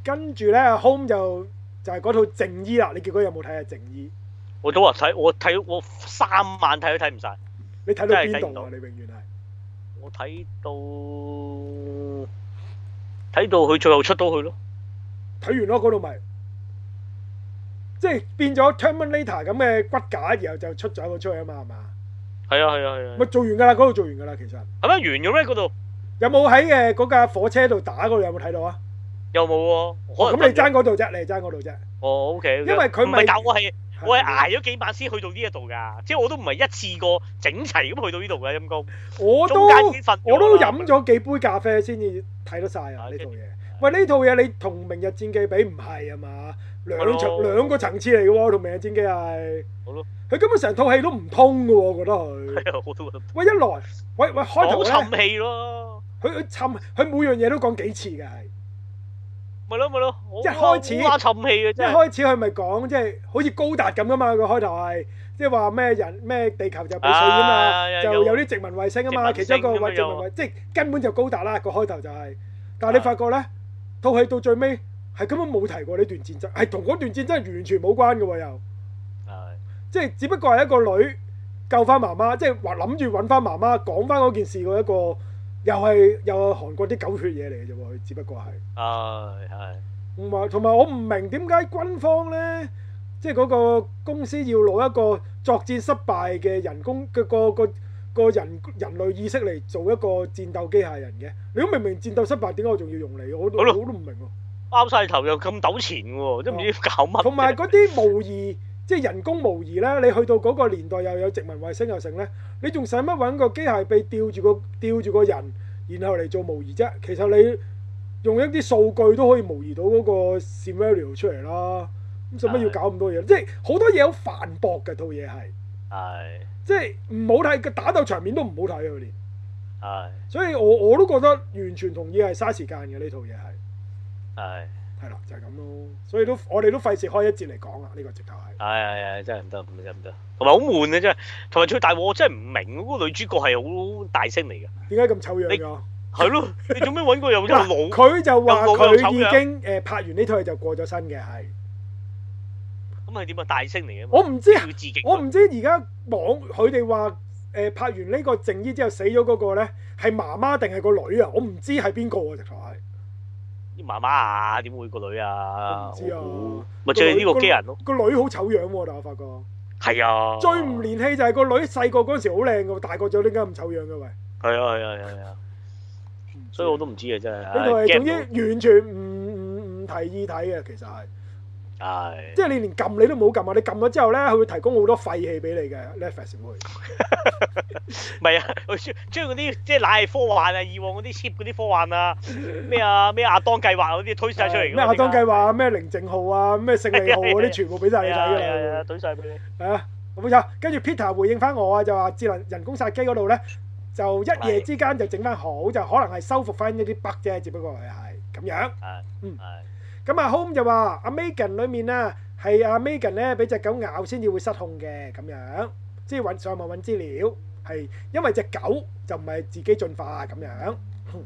Speaker 2: 跟住呢 Home 就就係嗰套靜醫啦，你結果有冇睇啊？靜醫，
Speaker 1: 我都話睇，我睇我三晚睇都睇唔晒。
Speaker 2: 你睇到
Speaker 1: 真係
Speaker 2: 邊
Speaker 1: 睇唔
Speaker 2: 度
Speaker 1: 到？
Speaker 2: 啊你永遠係。
Speaker 1: 我睇到睇到佢最後出到去咯，
Speaker 2: 睇完咯，嗰度咪即係變咗 Terminator 咁嘅骨架，然後就出咗個出去啊嘛，係嘛？
Speaker 1: 係啊係啊係啊
Speaker 2: 咪，做完㗎啦，嗰度做完㗎啦，其實
Speaker 1: 係咪完咗咩？嗰度
Speaker 2: 有冇喺誒嗰架火車度打嗰度有冇睇到啊？
Speaker 1: 又冇喎，可能
Speaker 2: 咁你爭嗰度啫，你係爭嗰度啫。
Speaker 1: 哦 OK，
Speaker 2: 因為佢
Speaker 1: 唔
Speaker 2: 咪
Speaker 1: 係，但我係我係捱咗幾晚先去到呢一度㗎，即係我都唔係一次過整齊咁去到呢度㗎，陰公
Speaker 2: 我都
Speaker 1: 中間已經瞓咗啦
Speaker 2: 我都飲咗幾杯咖啡先至睇得晒啊！
Speaker 1: 啊
Speaker 2: 呢套嘢，喂呢套嘢你同《明日戰記》比唔係啊嘛？兩層
Speaker 1: 係咯
Speaker 2: 兩個層次嚟嘅喎，同《明日戰記》係。
Speaker 1: 好咯
Speaker 2: 佢根本成套戲都唔通嘅喎，我覺得佢。
Speaker 1: 我都覺得
Speaker 2: 喂，一來，喂喂，開
Speaker 1: 講
Speaker 2: 頭咧，
Speaker 1: 沉氣咯，
Speaker 2: 佢佢沉，佢每樣嘢都講幾次嘅係。
Speaker 1: 咪咯咪咯，我
Speaker 2: 一開始
Speaker 1: 好啊沉氣嘅
Speaker 2: 一
Speaker 1: 真係，
Speaker 2: 開始佢咪講即係好似高達咁噶嘛，佢開頭係即係話咩人咩地球就俾水淹
Speaker 1: 啊
Speaker 2: 啊，
Speaker 1: 有
Speaker 2: 就有啲殖民衛星啊嘛，
Speaker 1: 殖
Speaker 2: 其
Speaker 1: 民
Speaker 2: 中一個
Speaker 1: 星咁
Speaker 2: 位
Speaker 1: 樣
Speaker 2: 殖民衛即係根本就高達啦個開頭就係、但係
Speaker 1: 啊
Speaker 2: 你發覺咧套戲到最尾係根本冇提過呢段戰爭，係同嗰段戰爭完全冇關嘅喎又，
Speaker 1: 係
Speaker 2: 即係只不過係一個女救翻媽媽，即係話諗住揾翻媽媽講翻嗰件事嘅一個，又係又係韓國啲狗血嘢嚟嘅啫喎，佢只不過係。
Speaker 1: 係係
Speaker 2: 同埋同埋我唔明點解軍方呢，即係嗰個公司要攞一個作戰失敗嘅人工嘅個個個人人類意識嚟做一個戰鬥機械人嘅？你都明明戰鬥失敗，點解我仲要用你？我都
Speaker 1: 好咯
Speaker 2: 我都唔明喎。
Speaker 1: 啱晒頭又咁糾纏喎，都唔知搞乜啫。
Speaker 2: 哦同埋嗰啲模擬，即係人工模擬呢，你去到嗰個年代又有殖民衛星又成呢，你仲使乜揾個機械臂吊住個吊住個人，然後嚟做模擬啫？其實你用一啲數據都可以模擬到嗰個 scenario 出嚟啦。咁使乜要搞咁多嘢？即係好多嘢好繁駁嘅套嘢係，
Speaker 1: 係
Speaker 2: 即係唔好睇個打鬥場面都唔好睇啊佢連。
Speaker 1: 係
Speaker 2: 所以我我都覺得完全同意係嘥時間嘅呢套嘢係，
Speaker 1: 係。
Speaker 2: 係啦就係咁咯。所以都我哋都費事開一節嚟講啊啦，呢、個直頭係。
Speaker 1: 係係係，真係唔得唔得唔得，同埋好悶啊真係，同埋最大鑊我真係唔明嗰個女主角係好大聲嚟嘅，
Speaker 2: 點解咁醜樣
Speaker 1: 你
Speaker 2: 㗎？
Speaker 1: 係 咯，你做咩揾個又又老
Speaker 2: 嗱，佢就話呃
Speaker 1: 有冇咁
Speaker 2: 佢
Speaker 1: 醜樣
Speaker 2: 已經誒拍完呢套戲就過咗身嘅，係
Speaker 1: 咁係點啊？大星嚟嘅嘛，啊
Speaker 2: 我唔知啊
Speaker 1: 要致敬佢。
Speaker 2: 我唔知而家網佢哋話誒拍完呢個靜醫之後死咗嗰個咧係媽媽定係個女啊？我唔知係邊個啊！直頭係
Speaker 1: 啲媽媽啊，點會個女啊？
Speaker 2: 我唔知啊
Speaker 1: 我估咪最呢個機人咯，哦
Speaker 2: 個女好醜樣喎，但我發覺
Speaker 1: 係啊，
Speaker 2: 最啊唔連氣就係個女細個嗰陣時好靚嘅喎，大個咗點解咁醜樣嘅喂？
Speaker 1: 係啊係啊係啊係啊，所以我都唔知啊真係。
Speaker 2: 呢套係
Speaker 1: 唉驚
Speaker 2: 總之完全唔唔唔提議睇嘅，其實係。
Speaker 1: 到唉
Speaker 2: 即係你連撳你都冇撳啊！你撳咗之後咧，佢會提供好多廢氣俾你嘅 Netflix 會。
Speaker 1: 唔係啊， 佢將將嗰啲即係乃係科幻啊，以往嗰啲 cheap 嗰啲科幻啊，咩啊咩亞當計劃嗰啲推晒出嚟㗎
Speaker 2: 咩
Speaker 1: 嘛。
Speaker 2: 亞當計
Speaker 1: 劃
Speaker 2: 劃啊，咩寧靜號啊，咩勝利號嗰啲，全部俾晒你
Speaker 1: 係
Speaker 2: 睇
Speaker 1: 啊
Speaker 2: 㗎
Speaker 1: 係啊係
Speaker 2: 啦
Speaker 1: 啊，。推晒俾你。
Speaker 2: 係啊，冇錯。跟住 Peter 回應翻我啊，就話智能人工殺機嗰度咧，就一夜之間就整翻好，就可能係修復翻一啲 bug 啫，只不過佢係咁樣。
Speaker 1: 係
Speaker 2: 嗯
Speaker 1: 係
Speaker 2: 咁啊，Home 就話阿 Megan 裏面啊，係阿 Megan 咧俾只狗咬先至會失控嘅咁樣，即係揾上網揾資料，係因為只狗就唔係自己進化啊咁樣。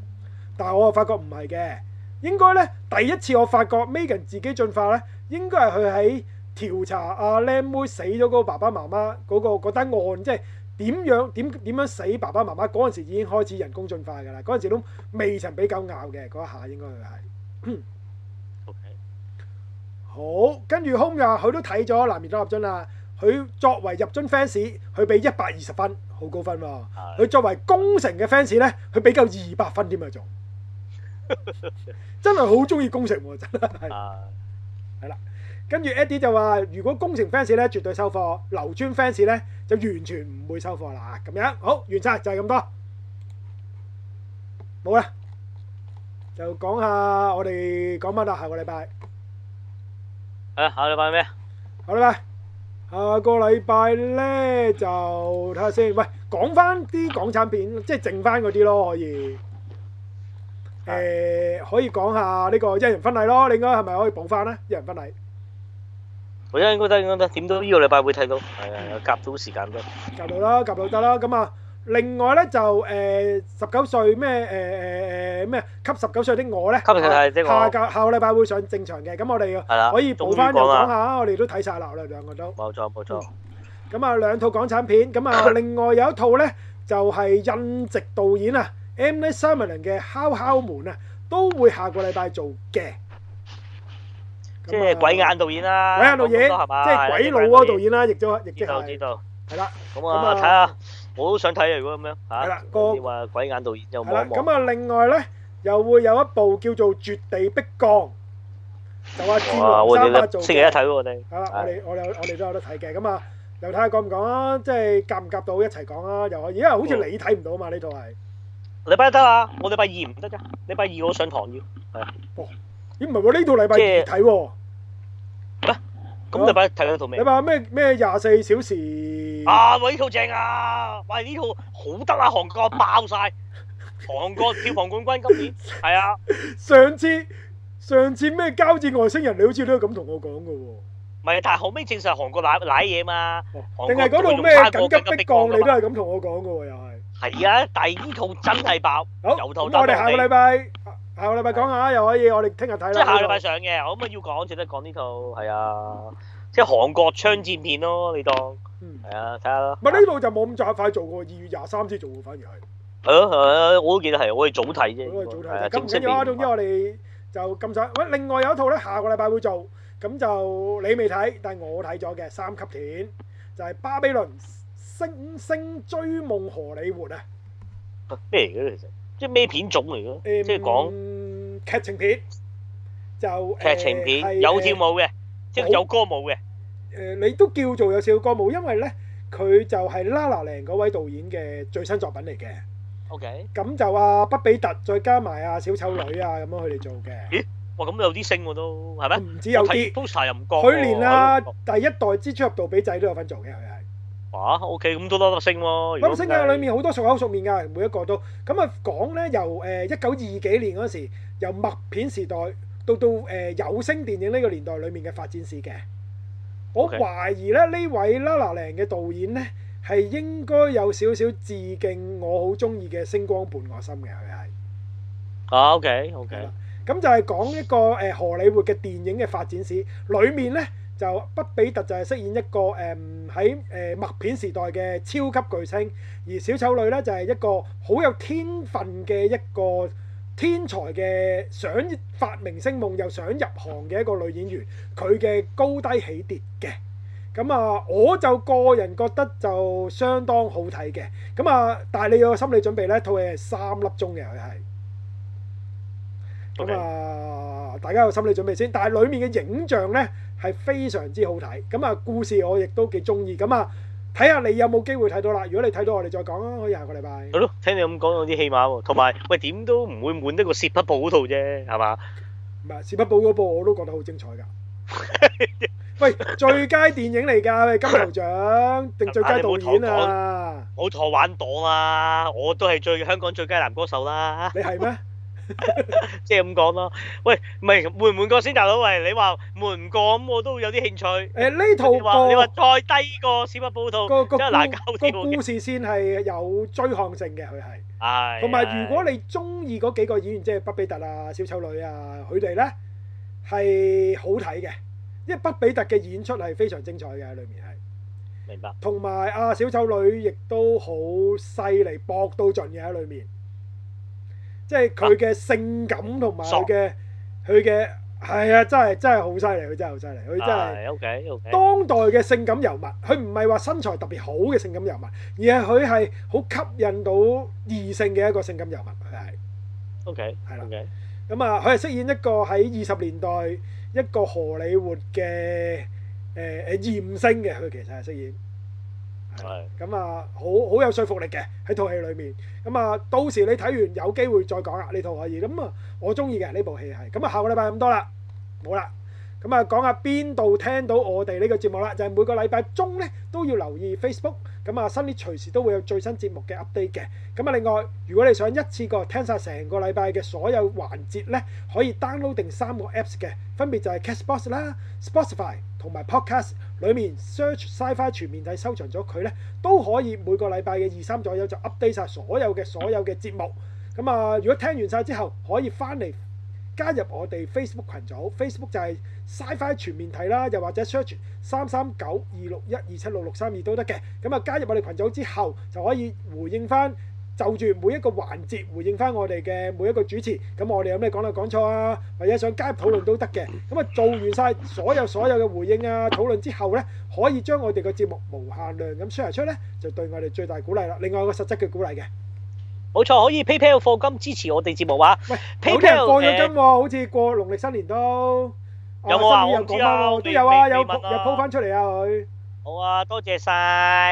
Speaker 2: 但係我又發覺唔係嘅，應該咧第一次我發覺 Megan 自己進化咧，應該係佢喺調查阿靚妹死咗嗰個爸爸媽媽嗰、個嗰單案，即係點樣點點樣死爸爸媽媽嗰陣時已經開始人工進化㗎啦，嗰陣時都未曾俾狗咬嘅嗰一下應該佢係。
Speaker 1: ，OK，
Speaker 2: 好，跟住 Home 又話佢都睇咗《南面多入樽》啦。佢作為入樽 fans，佢俾一百二十分，好高分喎、
Speaker 1: 係
Speaker 2: 佢作為攻城嘅 fans 咧，佢俾夠二百分添啊，仲真係好中意攻城喎、真係。
Speaker 1: 啊
Speaker 2: 跟住 Eddie 就話：如果攻城 fans 咧，絕對收貨；流川 fans 咧，就完全唔會收貨啦。咁樣好，完晒就係咁多，冇啦。就講下我哋講翻啦，下個禮拜。
Speaker 1: 係啊，下禮拜咩？
Speaker 2: 好啦，下個禮拜咧就睇下先。喂，講翻啲港產片，即係剩翻嗰啲咯，可以。誒、可以講下呢個一人婚禮咯，你應該係咪可以補翻咧？一人婚禮
Speaker 1: 我應該得應該得，點都呢個禮拜會睇到，係啊，有夾到時間都。
Speaker 2: 夾到啦，夾到得啦。咁啊，另外咧就誒十九歲咩誒誒誒咩給十九歲的我咧，
Speaker 1: 給19歲的我
Speaker 2: 下個下個禮拜會上正場嘅，咁我
Speaker 1: 係啦
Speaker 2: 哋可以補翻
Speaker 1: 終於
Speaker 2: 又
Speaker 1: 講啦
Speaker 2: 講下啊，我哋都睇晒啦，我哋兩個都。
Speaker 1: 冇錯冇錯，
Speaker 2: 嗯咁啊兩套港產片，咁 啊另外有一套呢，就係、印籍導演啊 M. Night Shyamalan 嘅《敲敲門》啊，都會下個禮拜做嘅。
Speaker 1: 即係鬼眼導演啦，
Speaker 2: 鬼眼導
Speaker 1: 講咁
Speaker 2: 演，
Speaker 1: 多係嘛
Speaker 2: 即係鬼佬嗰個導，演啦，亦都亦即
Speaker 1: 知道知
Speaker 2: 係
Speaker 1: 道。
Speaker 2: 係啦，
Speaker 1: 咁
Speaker 2: 咁
Speaker 1: 啊
Speaker 2: 啊
Speaker 1: 睇下，我都想睇啊，如果咁樣
Speaker 2: 係
Speaker 1: 嚇
Speaker 2: 啦個，
Speaker 1: 你話鬼眼導演又
Speaker 2: 係啦。
Speaker 1: 望一望
Speaker 2: 咁。啊另外呢，又會有一部叫做《絕地逼降》，就話戰
Speaker 1: 哇！
Speaker 2: 狼
Speaker 1: 我
Speaker 2: 三
Speaker 1: 哋
Speaker 2: 八
Speaker 1: 都
Speaker 2: 做
Speaker 1: 星期一
Speaker 2: 嘅。
Speaker 1: 睇喎，我哋
Speaker 2: 係啦，我哋我哋我哋都有得睇嘅。咁啊，又睇下講唔講啊，即係夾唔夾到一齊講啊，又可以，因為好似你睇唔到嘛呢套係。
Speaker 1: 禮拜一得啊，我禮拜二唔得咋，禮拜二我上堂要，
Speaker 2: 咦唔係喎，呢套禮拜二睇喎。
Speaker 1: 咁
Speaker 2: 哦
Speaker 1: 禮拜一睇咗套咩
Speaker 2: 你？話咩咩廿四小時？
Speaker 1: 啊！喂，呢套正啊！喂，呢套好得啊，韓國爆晒，韓 國票房冠軍今年係啊，
Speaker 2: 上次上次咩交戰外星人，你好似都係咁同我講嘅喎。
Speaker 1: 咪但係後尾證實係韓國奶奶嘢嘛，韓國
Speaker 2: 哦定係嗰度咩緊急逼降，你都係咁同我講嘅喎，又係。
Speaker 1: 係啊，但係呢套真係爆，
Speaker 2: 好，
Speaker 1: 由
Speaker 2: 咁
Speaker 1: 頭
Speaker 2: 我
Speaker 1: 打到
Speaker 2: 哋下個禮拜下個禮拜講下，又可以我哋聽日睇啦。
Speaker 1: 即係下個禮拜上嘅，我咁啊要講，值得講呢套係啊，即係韓國槍戰片咯，你當
Speaker 2: 嗯
Speaker 1: 係啊，睇下啦。
Speaker 2: 唔係呢度就冇咁快做喎，二月廿三先做喎，反而係。
Speaker 1: 係咯係咯，我都記得係，我哋早睇啫。
Speaker 2: 我哋早
Speaker 1: 係啊
Speaker 2: 睇，咁唔
Speaker 1: 正式
Speaker 2: 緊要啊。
Speaker 1: 片
Speaker 2: 總之我哋就咁上。喂，另外有一套咧，下個禮拜會做，咁就你未睇，但係我睇咗嘅三級片，就係、巴比倫星星追夢荷里活》啊。
Speaker 1: 咩嚟嘅其實，即係咩片種嚟嘅？
Speaker 2: 誒
Speaker 1: 即係講
Speaker 2: 劇情片，就
Speaker 1: 劇情
Speaker 2: 誒係
Speaker 1: 片，有跳
Speaker 2: 誒
Speaker 1: 舞嘅，即係
Speaker 2: 冇
Speaker 1: 有歌舞嘅。
Speaker 2: 誒你都叫做有少少歌舞，因為咧佢就係 La La Land 嗰位導演嘅最新作品嚟嘅。
Speaker 1: O K，
Speaker 2: 咁就啊，畢比特再加埋啊小丑女啊咁樣佢哋做嘅，
Speaker 1: 哇咁有啲星喎都，係咪？
Speaker 2: 唔止有
Speaker 1: 我睇
Speaker 2: 啲。
Speaker 1: poster 又唔覺喎。
Speaker 2: 佢連啊
Speaker 1: 係咯
Speaker 2: 第一代蜘蛛俠杜比仔都有份做嘅，佢係。
Speaker 1: 哇，O K，咁都多粒星喎。如果
Speaker 2: 咁星
Speaker 1: 咁
Speaker 2: 嘅
Speaker 1: 計
Speaker 2: 裏面好多熟口熟面㗎，每一個都。咁啊講咧，由誒一九二幾年嗰時，由默片時代到到誒、呃有聲電影呢個年代裏面嘅發展史嘅。我
Speaker 1: OK
Speaker 2: 懷疑咧呢位 La La Land 嘅導演咧係應該有少少致敬我好中意嘅《星光伴我心》嘅，佢係。
Speaker 1: 啊，O K，O
Speaker 2: 係
Speaker 1: K，
Speaker 2: 啦咁就係講一個誒、呃荷里活嘅電影嘅發展史，裡面呢，就畢比特就係飾演一個誒喺誒默片時代嘅超級巨星，而小丑女呢，就係、一個好有天分嘅一個天才嘅想發明星夢又想入行嘅一個女演員，佢嘅高低起跌嘅。咁啊，我就個人覺得就相當好睇嘅。咁啊，但係你要有心理準備呢，套戲係三粒鐘嘅，佢係。咁
Speaker 1: OK
Speaker 2: 啊，大家有心理準備先。但係裡面嘅影像呢，係非常之好睇。咁啊，故事我亦都幾中意。咁啊，睇下你有冇機會睇到啦。如果你睇到，我哋再講啊，可以下個禮拜。
Speaker 1: 係咯，聽你咁講有啲戲碼喎，同埋喂點都唔會滿得個薛匹布嗰套啫，係嘛？
Speaker 2: 唔係《史匹堡》嗰部我都覺得好精彩㗎。喂，最佳電影嚟㗎，金球獎定最佳導演 啊？
Speaker 1: 冇錯玩檔啦，我都係最香港最佳男歌手啦，
Speaker 2: 你係咩？
Speaker 1: 即係咁講咯。喂，唔係換唔換過先，大佬喂，你話換唔過咁，我都有啲興趣。
Speaker 2: 誒呢套
Speaker 1: 你話你話
Speaker 2: 個
Speaker 1: 再低過薛匹布套，
Speaker 2: 個個
Speaker 1: 真係難搞
Speaker 2: 故
Speaker 1: 啲
Speaker 2: 個
Speaker 1: 喎。
Speaker 2: 故事線係有追看性嘅，佢係。
Speaker 1: 係
Speaker 2: 同埋如果你中意嗰幾個演員，即係畢比特啊、小丑女啊，佢哋呢係好睇嘅，因為畢比特嘅演出係非常精彩嘅，喺裏面係。
Speaker 1: 明白，
Speaker 2: 同埋啊小丑女亦都好犀利，搏到盡嘅喺裏面，即係佢嘅性感同埋佢嘅佢嘅係啊，真係真係好犀利，佢真係好犀利，佢真係。
Speaker 1: 係 OK OK。
Speaker 2: 當代嘅性感尤物，佢唔係話身材特別好嘅性感尤物，而係佢係好吸引到異性嘅一個性感尤物，佢係。
Speaker 1: O K，
Speaker 2: 係啦
Speaker 1: o K，
Speaker 2: 咁啊，佢係飾演一個喺二十年代一個荷里活嘅誒誒豔星嘅，佢其實係飾演。係啦
Speaker 1: 係
Speaker 2: 咁啊，好好有說服力嘅喺套戲裏面。咁啊，到時你睇完有機會再講啦，呢套可以。咁啊，我中意嘅呢部戲係。咁啊，下個禮拜咁多啦，冇啦。咁啊，講下邊度聽到我哋呢個節目啦，就係、每個禮拜中呢都要留意 Facebook。咁啊，新年隨時都會有最新節目嘅 update 嘅。咁啊，另外如果你想一次過聽晒成個禮拜嘅所有環節呢，可以 download 定三個 apps 嘅，分別就係 Castbox 啦、Spotify 同埋 Podcast。裡面 search Sci-Fi 全面睇收藏咗佢呢，都可以每個禮拜嘅二三左右就 update 晒所有嘅所有嘅節目。咁啊，如果聽完晒之後，可以翻嚟加入我哋 Facebook 群組，Facebook 就係 Sci-Fi 全面睇啦，又或者 search 三三九二六一二七六六三二都得嘅。咁啊，加入我哋群組之後，就可以回應翻。就住每一個環節回應翻我哋嘅每一個主持，咁我哋有咩講漏講錯啊，或者想加入討論都得嘅。咁啊，做完晒所有所有嘅回應啊討論之後呢，可以將我哋嘅節目無限量咁 share 出呢，就對我哋最大鼓勵啦。另外有個實質嘅鼓勵嘅，
Speaker 1: 冇錯，可以 PayPal 課金支持我哋節目啊！
Speaker 2: 有啲人
Speaker 1: PayPal，
Speaker 2: 放
Speaker 1: 誒
Speaker 2: 咗金喎，好似過農曆新年都哦
Speaker 1: 有冇啊
Speaker 2: 新
Speaker 1: 我
Speaker 2: 年又
Speaker 1: 唔知
Speaker 2: 講
Speaker 1: 啊
Speaker 2: 翻
Speaker 1: 我
Speaker 2: 喎，
Speaker 1: 未
Speaker 2: 都有啊，
Speaker 1: 未
Speaker 2: 有有
Speaker 1: 未問啊
Speaker 2: po 翻出嚟啊佢。
Speaker 1: 好啊，多謝晒。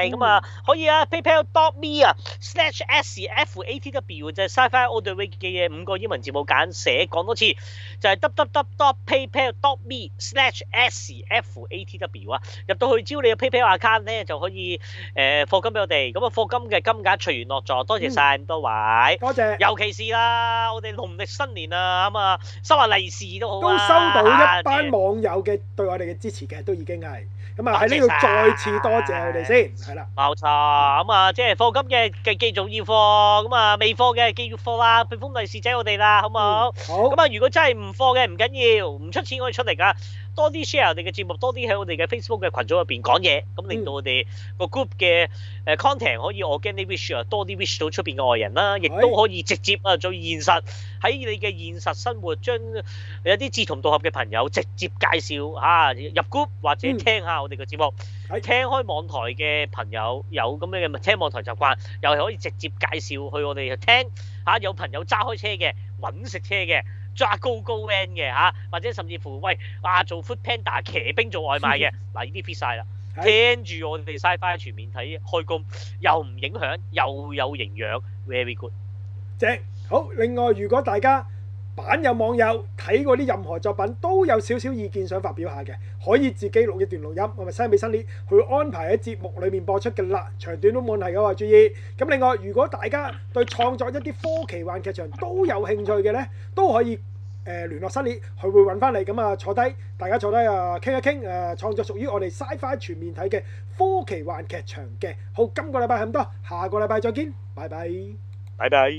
Speaker 2: 嗯
Speaker 1: 咁啊，可以啊，PayPal dot me 啊，slash s f a t w 就係 Sci-Fi All the Way 嘅五個英文字母簡寫，講多次就係 www dot PayPal dot me slash s E f a t w 啊。入到去只要你嘅 PayPal account 咧，就可以誒課金俾我哋。咁啊，課金嘅金額隨緣落座，多謝
Speaker 2: 嗯
Speaker 1: 晒咁多位。
Speaker 2: 多謝，
Speaker 1: 尤其是啦，我哋農曆新年啊，咁啊收下利是都好
Speaker 2: 都
Speaker 1: 啊
Speaker 2: 收到一班
Speaker 1: 多謝
Speaker 2: 網友嘅對我哋嘅支持嘅，都已經係咁啊！
Speaker 1: 多謝
Speaker 2: 喺呢度
Speaker 1: 晒
Speaker 2: 再次多謝佢哋先，係啦。
Speaker 1: 冇錯，咁啊，即係課金嘅嘅繼續要課，咁啊未課嘅繼續課啦，俾封利是仔我哋啦，好唔好？
Speaker 2: 嗯好
Speaker 1: 咁。啊，如果真係唔課嘅唔緊要，唔出錢我哋出嚟噶，多啲 share 我哋嘅節目，多啲喺我哋嘅 Facebook 嘅群組入邊講嘢，咁
Speaker 2: 嗯
Speaker 1: 令到我哋個 group 嘅誒 content 可以 organic wish 啊，多啲 wish 到出邊嘅外人啦，亦都可以直接啊最現實喺你嘅現實生活將有啲志同道合嘅朋友直接介紹啊入 group 或者
Speaker 2: 嗯
Speaker 1: 聽下我哋嘅節目。
Speaker 2: 係
Speaker 1: 聽開網台嘅朋友有咁樣嘅聽網台習慣，又係可以直接介紹去我哋聽嚇、有朋友揸開車嘅，揾食車嘅。揸高高 van 嘅嚇，或者甚至乎喂啊做 food panda 騎兵做外賣嘅，嗱呢啲 fit 晒啦，聽住我哋 Sci-Fi 全面睇開工，又唔影響，又有營養，very good。
Speaker 2: 正好。另外，如果大家版友網友睇過啲呃任何作品，都有少少意見想發表下嘅，可以自己錄一段錄音，啊我咪 send 俾新烈，佢會安排喺節目裏面播出嘅啦，長短都冇問題嘅喎，注意。咁另外，如果大家對創作一啲科奇幻劇場都有興趣嘅呢，都可以。誒、聯絡新烈，佢會揾翻你咁啊，坐低，大家坐低啊，傾一傾誒、創作屬於我哋 Sci-Fi 全面睇嘅科奇幻劇場嘅。好，今個禮拜係咁多，下個禮拜再見，拜拜。
Speaker 1: 拜拜。